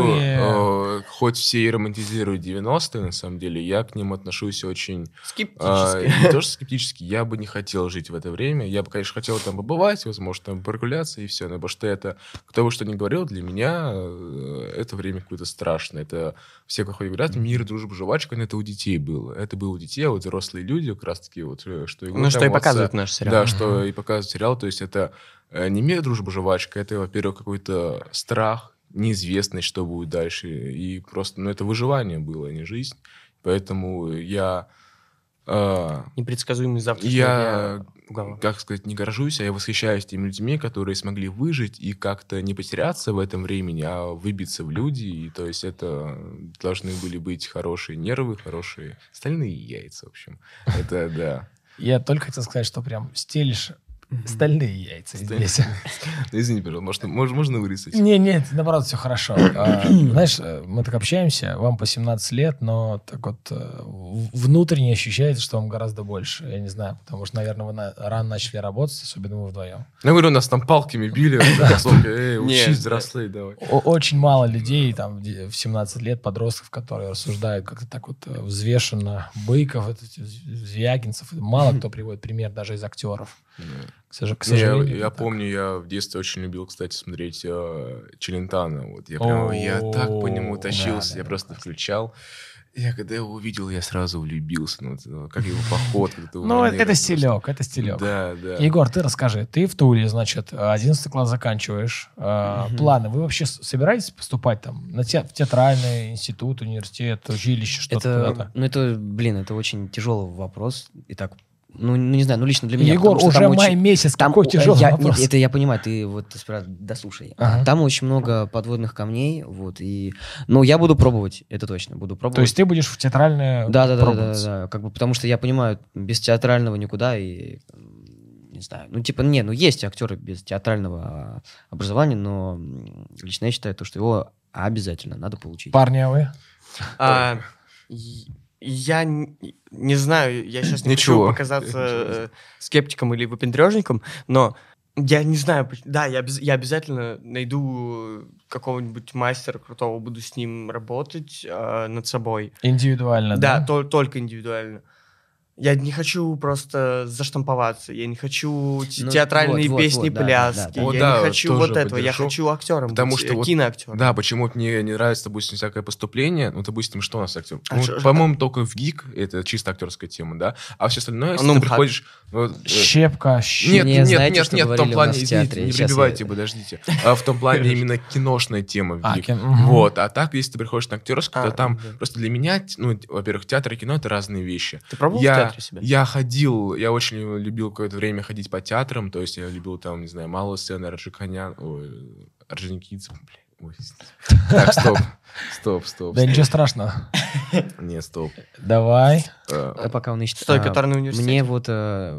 Speaker 1: нулевые.
Speaker 2: э, хоть все и романтизируют 90-е, на самом деле, я к ним отношусь очень А,
Speaker 5: Скептически.
Speaker 2: Не то, что скептически, я бы не хотел жить в это время. Я бы, конечно, хотел там побывать, возможно, там прогуляться и все. Но потому что это, кто бы что ни говорил, для меня э, это время какое-то страшное. Это все, как говорят, мир, дружба, жвачка, но это у детей было. Это было у детей, а вот взрослые люди как раз-таки вот э, что...
Speaker 5: Ну, что и показывает
Speaker 2: показывают
Speaker 5: наш сериал.
Speaker 2: Да,
Speaker 1: Мгм.
Speaker 2: что и показывает сериал. То есть это э, не мир, дружба, жвачка, это, во-первых, какой-то страх, неизвестность, что будет дальше. И просто, ну, это выживание было, а не жизнь. Поэтому я... э,
Speaker 5: Непредсказуемый завтрашний
Speaker 2: я,
Speaker 5: уголок.
Speaker 2: как сказать, не горжусь, а я восхищаюсь теми людьми, которые смогли выжить и как-то не потеряться в этом времени, а выбиться в люди. И, то есть это должны были быть хорошие нервы, хорошие стальные яйца, в общем. Это да.
Speaker 1: Я только хотел сказать, что прям стелишь стальные яйца
Speaker 2: Сталь-
Speaker 1: здесь.
Speaker 2: Ну, Извини, пожалуйста, может, мож- можно вырезать?
Speaker 1: Не, нет, наоборот, все хорошо. А, Знаешь, э, мы так общаемся, вам по 17 лет, но так вот э, в- внутренне ощущается, что вам гораздо больше. Я не знаю, потому что, наверное, вы на- рано начали работать, особенно вы вдвоем.
Speaker 2: Ну, говорю, нас там палками били, кроссовки, эй,
Speaker 5: Нет.
Speaker 2: учись, взрослей, давай.
Speaker 1: О- Очень мало людей, там, где- в 17 лет подростков, которые рассуждают как-то так вот э, взвешенно. Быков, это з- Звягинцев. Мало кто приводит пример даже из актеров. К сожа- к
Speaker 2: Не, я-
Speaker 1: сожалению.
Speaker 2: я,
Speaker 1: это так.
Speaker 2: помню, я в детстве очень любил, кстати, смотреть э, Челентана. Вот я прям, я так по
Speaker 1: О,
Speaker 2: нему
Speaker 1: да,
Speaker 2: тащился,
Speaker 1: да,
Speaker 2: я
Speaker 1: да,
Speaker 2: просто
Speaker 1: классно.
Speaker 2: включал. Я когда его увидел, я сразу влюбился. Ну, вот, э, как его поход. вот эта его
Speaker 1: Ну, это,
Speaker 2: манера
Speaker 1: это
Speaker 2: просто.
Speaker 1: стилек, это стилек.
Speaker 2: Да, да.
Speaker 1: Егор, ты расскажи, ты в Туле, значит, 11 класс заканчиваешь. Э,
Speaker 4: Мгм.
Speaker 1: Планы, вы вообще с- собираетесь поступать там на те- в театральный институт, университет, училище, что-то
Speaker 4: Это,
Speaker 1: куда-то?
Speaker 4: ну это, блин, это очень тяжелый вопрос. И так, ну, ну, не знаю, ну лично для меня.
Speaker 1: Егор,
Speaker 4: потому что
Speaker 1: уже
Speaker 4: там
Speaker 1: май
Speaker 4: очень-
Speaker 1: месяц,
Speaker 4: там,
Speaker 1: какой
Speaker 4: э,
Speaker 1: тяжелый
Speaker 4: я-
Speaker 1: вопрос.
Speaker 4: Нет, это я понимаю, ты вот спра- дослушай.
Speaker 1: Ага.
Speaker 4: Там очень много подводных камней, вот, и... Ну, я буду пробовать, это точно, буду пробовать.
Speaker 1: То есть э, ты будешь в театральное
Speaker 4: Да, да, да, да,
Speaker 1: пробоваться?
Speaker 4: да, как бы, потому что я понимаю, без театрального никуда и м, не знаю, ну типа не, ну есть актеры без театрального а, образования, но м, лично я считаю то, что его обязательно надо получить.
Speaker 1: Парни, а вы?
Speaker 5: А, и- я н- не знаю, я сейчас не
Speaker 2: Ничего.
Speaker 5: хочу показаться э, скептиком или выпендрежником, но я не знаю, поч- да, я, обяз- я обязательно найду какого-нибудь мастера крутого, буду с ним работать э, над собой.
Speaker 1: Индивидуально,
Speaker 5: Да,
Speaker 1: да?
Speaker 5: тол- только индивидуально. Я не хочу просто заштамповаться, я не хочу те-
Speaker 4: Ну,
Speaker 5: театральные
Speaker 4: вот, вот,
Speaker 5: песни,
Speaker 4: вот, да, да,
Speaker 5: пляски,
Speaker 2: да. О,
Speaker 5: я
Speaker 2: да,
Speaker 5: не хочу
Speaker 2: тоже
Speaker 5: вот этого, я
Speaker 2: поддержу.
Speaker 5: хочу актером
Speaker 2: Потому
Speaker 5: быть,
Speaker 2: что
Speaker 5: э,
Speaker 2: вот-
Speaker 5: киноактером.
Speaker 2: Да, почему-то мне не нравится, допустим, всякое поступление. Ну, допустим, что у нас актер?
Speaker 5: А
Speaker 2: Ну,
Speaker 5: что же-
Speaker 2: по-моему, только в ГИК это чисто актерская тема, да. А все остальное, если
Speaker 5: Ну,
Speaker 2: ты
Speaker 5: МХАТ.
Speaker 2: приходишь... ну, вот, э,
Speaker 1: Щепка, щ-
Speaker 2: Нет,
Speaker 4: Не
Speaker 2: нет,
Speaker 4: знаете,
Speaker 2: нет,
Speaker 4: что
Speaker 2: нет, в том
Speaker 4: говорили у
Speaker 2: плане,
Speaker 4: нас в
Speaker 2: извините,
Speaker 4: театре?
Speaker 2: не
Speaker 4: Щас
Speaker 2: перебивайте,
Speaker 4: я-
Speaker 2: подождите. А в том плане именно киношная тема в
Speaker 1: А,
Speaker 2: ГИК.
Speaker 1: кин- мгм.
Speaker 2: Вот, а так, если ты приходишь на актерскую,
Speaker 5: А,
Speaker 2: то там
Speaker 5: да.
Speaker 2: просто для меня, т- ну, т- во-первых, театр и кино — это разные вещи.
Speaker 5: Ты пробовал
Speaker 2: я,
Speaker 5: в театре себя?
Speaker 2: Я ходил, я очень любил какое-то время ходить по театрам, то есть я любил там, не знаю, малую сцену, Раджиканян, ой, Орджоникидзе, блин, ой. Так, стоп, стоп, стоп,
Speaker 1: Да ничего страшного.
Speaker 2: стоп. не, стоп.
Speaker 1: Давай.
Speaker 2: Э,
Speaker 4: А пока он ищет.
Speaker 5: Стой,
Speaker 4: а,
Speaker 5: который на университете.
Speaker 4: Мне вот э,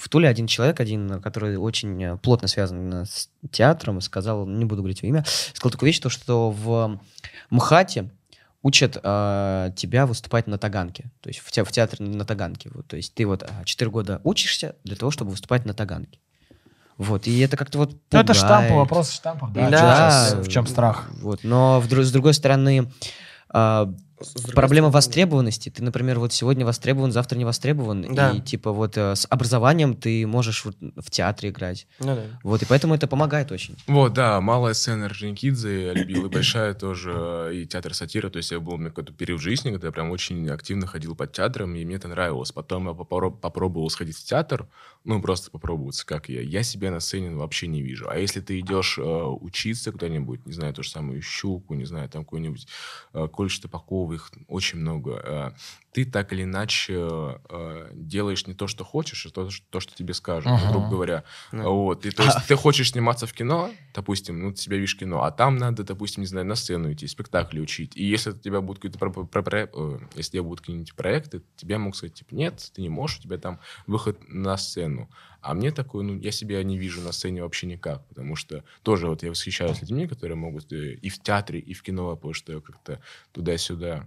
Speaker 4: в Туле один человек, один, э, который очень э, плотно связан э, с театром, сказал, не буду говорить его имя, сказал такую вещь, то, что в МХАТе учат э, тебя выступать на Таганке, то есть в, те- в театре на Таганке. Вот, то есть ты вот 4 года учишься для того, чтобы выступать на Таганке. Вот, и это как-то вот
Speaker 1: Ну, это
Speaker 4: пугает.
Speaker 1: штампы, вопрос штампов, да?
Speaker 5: Да.
Speaker 1: чё сейчас, В чем страх?
Speaker 4: Вот, но в дру- с другой стороны, а,
Speaker 5: С другой
Speaker 4: Проблема
Speaker 5: стороны,
Speaker 4: востребованности. Ты, например, вот сегодня востребован, завтра не востребован.
Speaker 5: Да.
Speaker 4: И типа вот э, с образованием ты можешь вот в театре играть.
Speaker 5: Ну да.
Speaker 4: Вот, и поэтому это помогает очень.
Speaker 2: Вот, да, малая сцена Орджоникидзе, Альбила и большая тоже, э, и театр сатира. То есть я был на какой-то период в жизни, когда я прям очень активно ходил под театром, и мне это нравилось. Потом я попро- попробовал сходить в театр, ну, просто попробоваться, как я. Я себя на сцене вообще не вижу. А если ты идешь э, учиться куда-нибудь, не знаю, ту же самую Щуку, не знаю, там какой-нибудь э, колледж Топакова, их очень много, э, ты так или иначе э, делаешь не то, что хочешь, а то, что- то, что тебе скажут, ну,
Speaker 1: Ага.
Speaker 2: грубо говоря.
Speaker 5: Да.
Speaker 2: Вот, и то есть ты хочешь сниматься в кино, допустим, ну, ты себя видишь в кино, а там надо, допустим, не знаю, на сцену идти, спектакли учить. И если у тебя будут какие-то про- про- про- э, если у тебя будут какие-нибудь проекты, тебя могут сказать, типа, нет, ты не можешь, у тебя там выход на сцену. А мне такой, ну, я себя не вижу на сцене вообще никак, потому что тоже вот я восхищаюсь людьми, которые могут э, и в театре, и в кино, потому что как-то туда-сюда,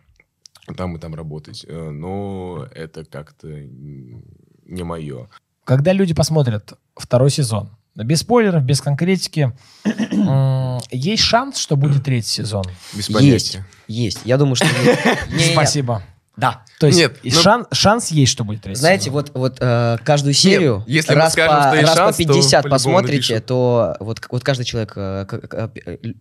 Speaker 2: там и там работать. Э, Но это как-то м, не мое.
Speaker 1: Когда люди посмотрят второй сезон, без спойлеров, без конкретики, м, есть шанс, что будет третий сезон?
Speaker 2: Без
Speaker 4: Есть.
Speaker 2: понятия.
Speaker 4: Есть. Я думаю, что... Не-не-не.
Speaker 1: Спасибо.
Speaker 4: Да.
Speaker 1: То есть
Speaker 2: Нет,
Speaker 1: и
Speaker 2: ну-
Speaker 1: шан- шанс есть, что будет третий
Speaker 4: Знаете,
Speaker 1: сезон?
Speaker 4: вот, вот э, каждую серию
Speaker 2: если мы
Speaker 4: раз,
Speaker 2: скажем,
Speaker 4: по,
Speaker 2: что есть
Speaker 4: раз
Speaker 2: шанс,
Speaker 4: по
Speaker 2: то
Speaker 4: 50
Speaker 2: по-любому
Speaker 4: посмотрите,
Speaker 2: напишут.
Speaker 4: то вот, вот каждый человек... э, к- к- э, э,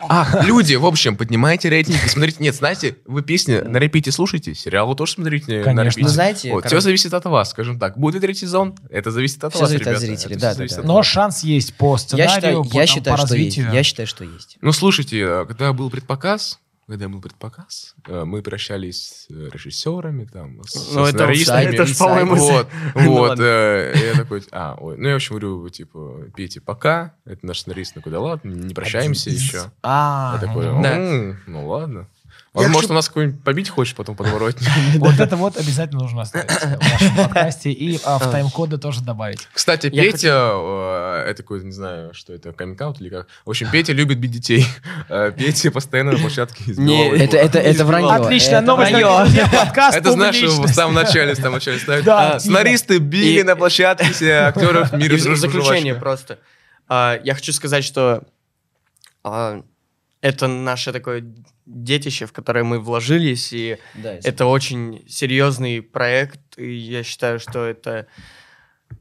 Speaker 2: А, люди, в общем, поднимайте рейтинги, смотрите. Нет, знаете, вы песни на репите слушайте, сериалы тоже смотрите на
Speaker 1: Конечно.
Speaker 2: репите.
Speaker 4: ну, знаете,
Speaker 2: вот, все
Speaker 4: короче,
Speaker 2: зависит от вас, скажем так. Будет ли третий сезон? Это зависит от
Speaker 4: Всё
Speaker 2: вас,
Speaker 4: зависит от
Speaker 2: ребята.
Speaker 4: зрителей,
Speaker 2: Это
Speaker 4: да,
Speaker 2: всё
Speaker 4: да,
Speaker 2: зависит
Speaker 4: да.
Speaker 2: от
Speaker 1: Но
Speaker 2: вас.
Speaker 1: шанс есть по
Speaker 4: я
Speaker 1: сценарию,
Speaker 4: считаю,
Speaker 1: по,
Speaker 4: я
Speaker 1: там,
Speaker 4: считаю,
Speaker 1: по
Speaker 4: что есть.
Speaker 1: развитию.
Speaker 4: Я считаю, что есть.
Speaker 2: Ну, слушайте, э, когда был предпоказ, когда был предпоказ, э, мы прощались с э, режиссерами, там, с со
Speaker 5: Ну, это,
Speaker 2: сценаристами.
Speaker 5: это ж, по-моему,
Speaker 2: Вот,
Speaker 5: Ну,
Speaker 2: вот.
Speaker 5: ладно.
Speaker 2: э, Я такой, а, ой. Ну, я, в общем, говорю, типа, Петя, пока. Это наш сценарист, ну, куда ладно, не прощаемся еще.
Speaker 1: А,
Speaker 2: Я такой,
Speaker 1: мгм.
Speaker 5: Да.
Speaker 2: «М, ну ладно.
Speaker 5: Я
Speaker 2: Он,
Speaker 5: хочу-
Speaker 2: может, у нас какой-нибудь побить хочешь потом подворотник?
Speaker 1: вот это вот обязательно нужно оставить в нашем подкасте и а, в тайм-коды тоже добавить.
Speaker 2: Кстати,
Speaker 5: Я
Speaker 2: Петя, э, это такой, не знаю, что это, каминг или как. В общем, Петя любит бить детей. Э, Петя постоянно на площадке избивал.
Speaker 5: Не,
Speaker 2: его.
Speaker 4: Это, это, это вранье.
Speaker 1: Отличная
Speaker 4: это
Speaker 1: новость.
Speaker 4: вранье.
Speaker 1: как везде, Подкаст
Speaker 2: Это знаешь,
Speaker 1: публичный.
Speaker 2: в самом начале, в самом начале ставят.
Speaker 1: Да,
Speaker 2: А, Сценаристы били
Speaker 5: И-
Speaker 2: на площадке себя актеров
Speaker 5: И
Speaker 2: мира
Speaker 5: в- в
Speaker 2: дружбы,
Speaker 5: заключение
Speaker 2: жвачка».
Speaker 5: просто. А, я хочу сказать, что а, это наше такое детище, в которое мы вложились, и
Speaker 4: Да, если-
Speaker 5: это очень серьезный проект, и я считаю, что это...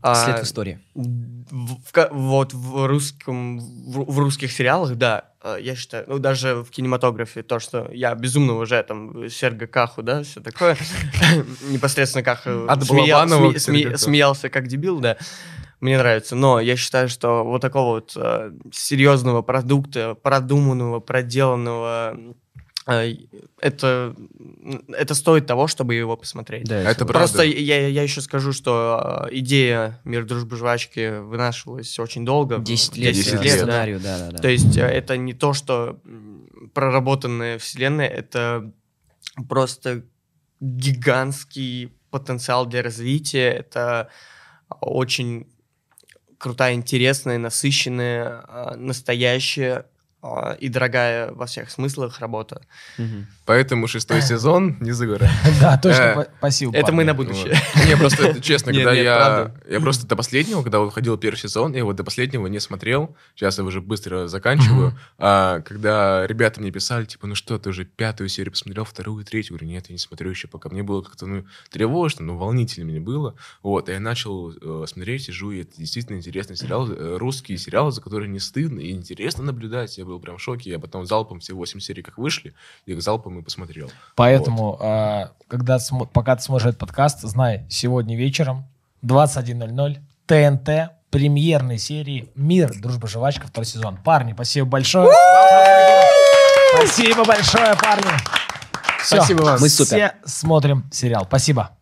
Speaker 5: а,
Speaker 4: след в истории.
Speaker 5: в- в ка- вот в русском в, в русских сериалах, да, э, я считаю, ну даже в кинематографе то, что я безумно уважаю там Серго Каху, да, все такое, непосредственно Каха
Speaker 2: От
Speaker 5: смея-
Speaker 2: Балабанова
Speaker 5: сме-
Speaker 2: к
Speaker 5: сме-
Speaker 2: Серго Каху.
Speaker 5: смеялся как дебил, да, мне нравится, но я считаю, что вот такого вот э, серьезного продукта, продуманного, проделанного, э, это это стоит того, чтобы его посмотреть.
Speaker 4: Да,
Speaker 2: Это
Speaker 4: если-
Speaker 2: правда.
Speaker 5: Ну, Просто я, я еще скажу, что э, идея «Мир, дружбы, жвачки» вынашивалась очень долго.
Speaker 4: 10 лет,
Speaker 5: 10
Speaker 4: э,
Speaker 5: лет, да.
Speaker 4: сценарию, да, да, да.
Speaker 5: То есть э, это не то, что м, проработанная вселенная, это просто гигантский потенциал для развития. Это очень крутая, интересная, насыщенная, э, настоящая э, и дорогая во всех смыслах работа.
Speaker 4: Мгм.
Speaker 2: Поэтому шестой сезон не за горами.
Speaker 1: Да, точно.
Speaker 2: Э,
Speaker 1: па- Спасибо.
Speaker 5: это мы
Speaker 1: парни.
Speaker 5: на будущее.
Speaker 2: Вот. Не, просто это честно,
Speaker 5: Нет,
Speaker 2: когда
Speaker 5: нет,
Speaker 2: я...
Speaker 5: правда.
Speaker 2: Я просто до последнего, когда выходил первый сезон, я его до последнего не смотрел. Сейчас я уже быстро заканчиваю. А, Когда ребята мне писали, типа, ну что, ты уже пятую серию посмотрел, вторую, третью? Я говорю, нет, я не смотрю еще пока. Мне было как-то, ну, тревожно, ну, волнительно мне было. Вот, и я начал э, смотреть, сижу, и это действительно интересный сериал, э, русский сериал, за который не стыдно и интересно наблюдать. Я был прям в шоке. Я потом залпом все восемь серий как вышли, я их залпом и посмотрел.
Speaker 1: Поэтому, а, когда смо- пока ты смотришь этот подкаст, знай, сегодня вечером 21.00 ТНТ премьерной серии «Мир. Дружба. Жвачка. Второй сезон». Парни, спасибо большое. Спасибо большое, парни. Всё,
Speaker 5: Спасибо вам.
Speaker 4: Мы супер.
Speaker 1: Все смотрим сериал. Спасибо.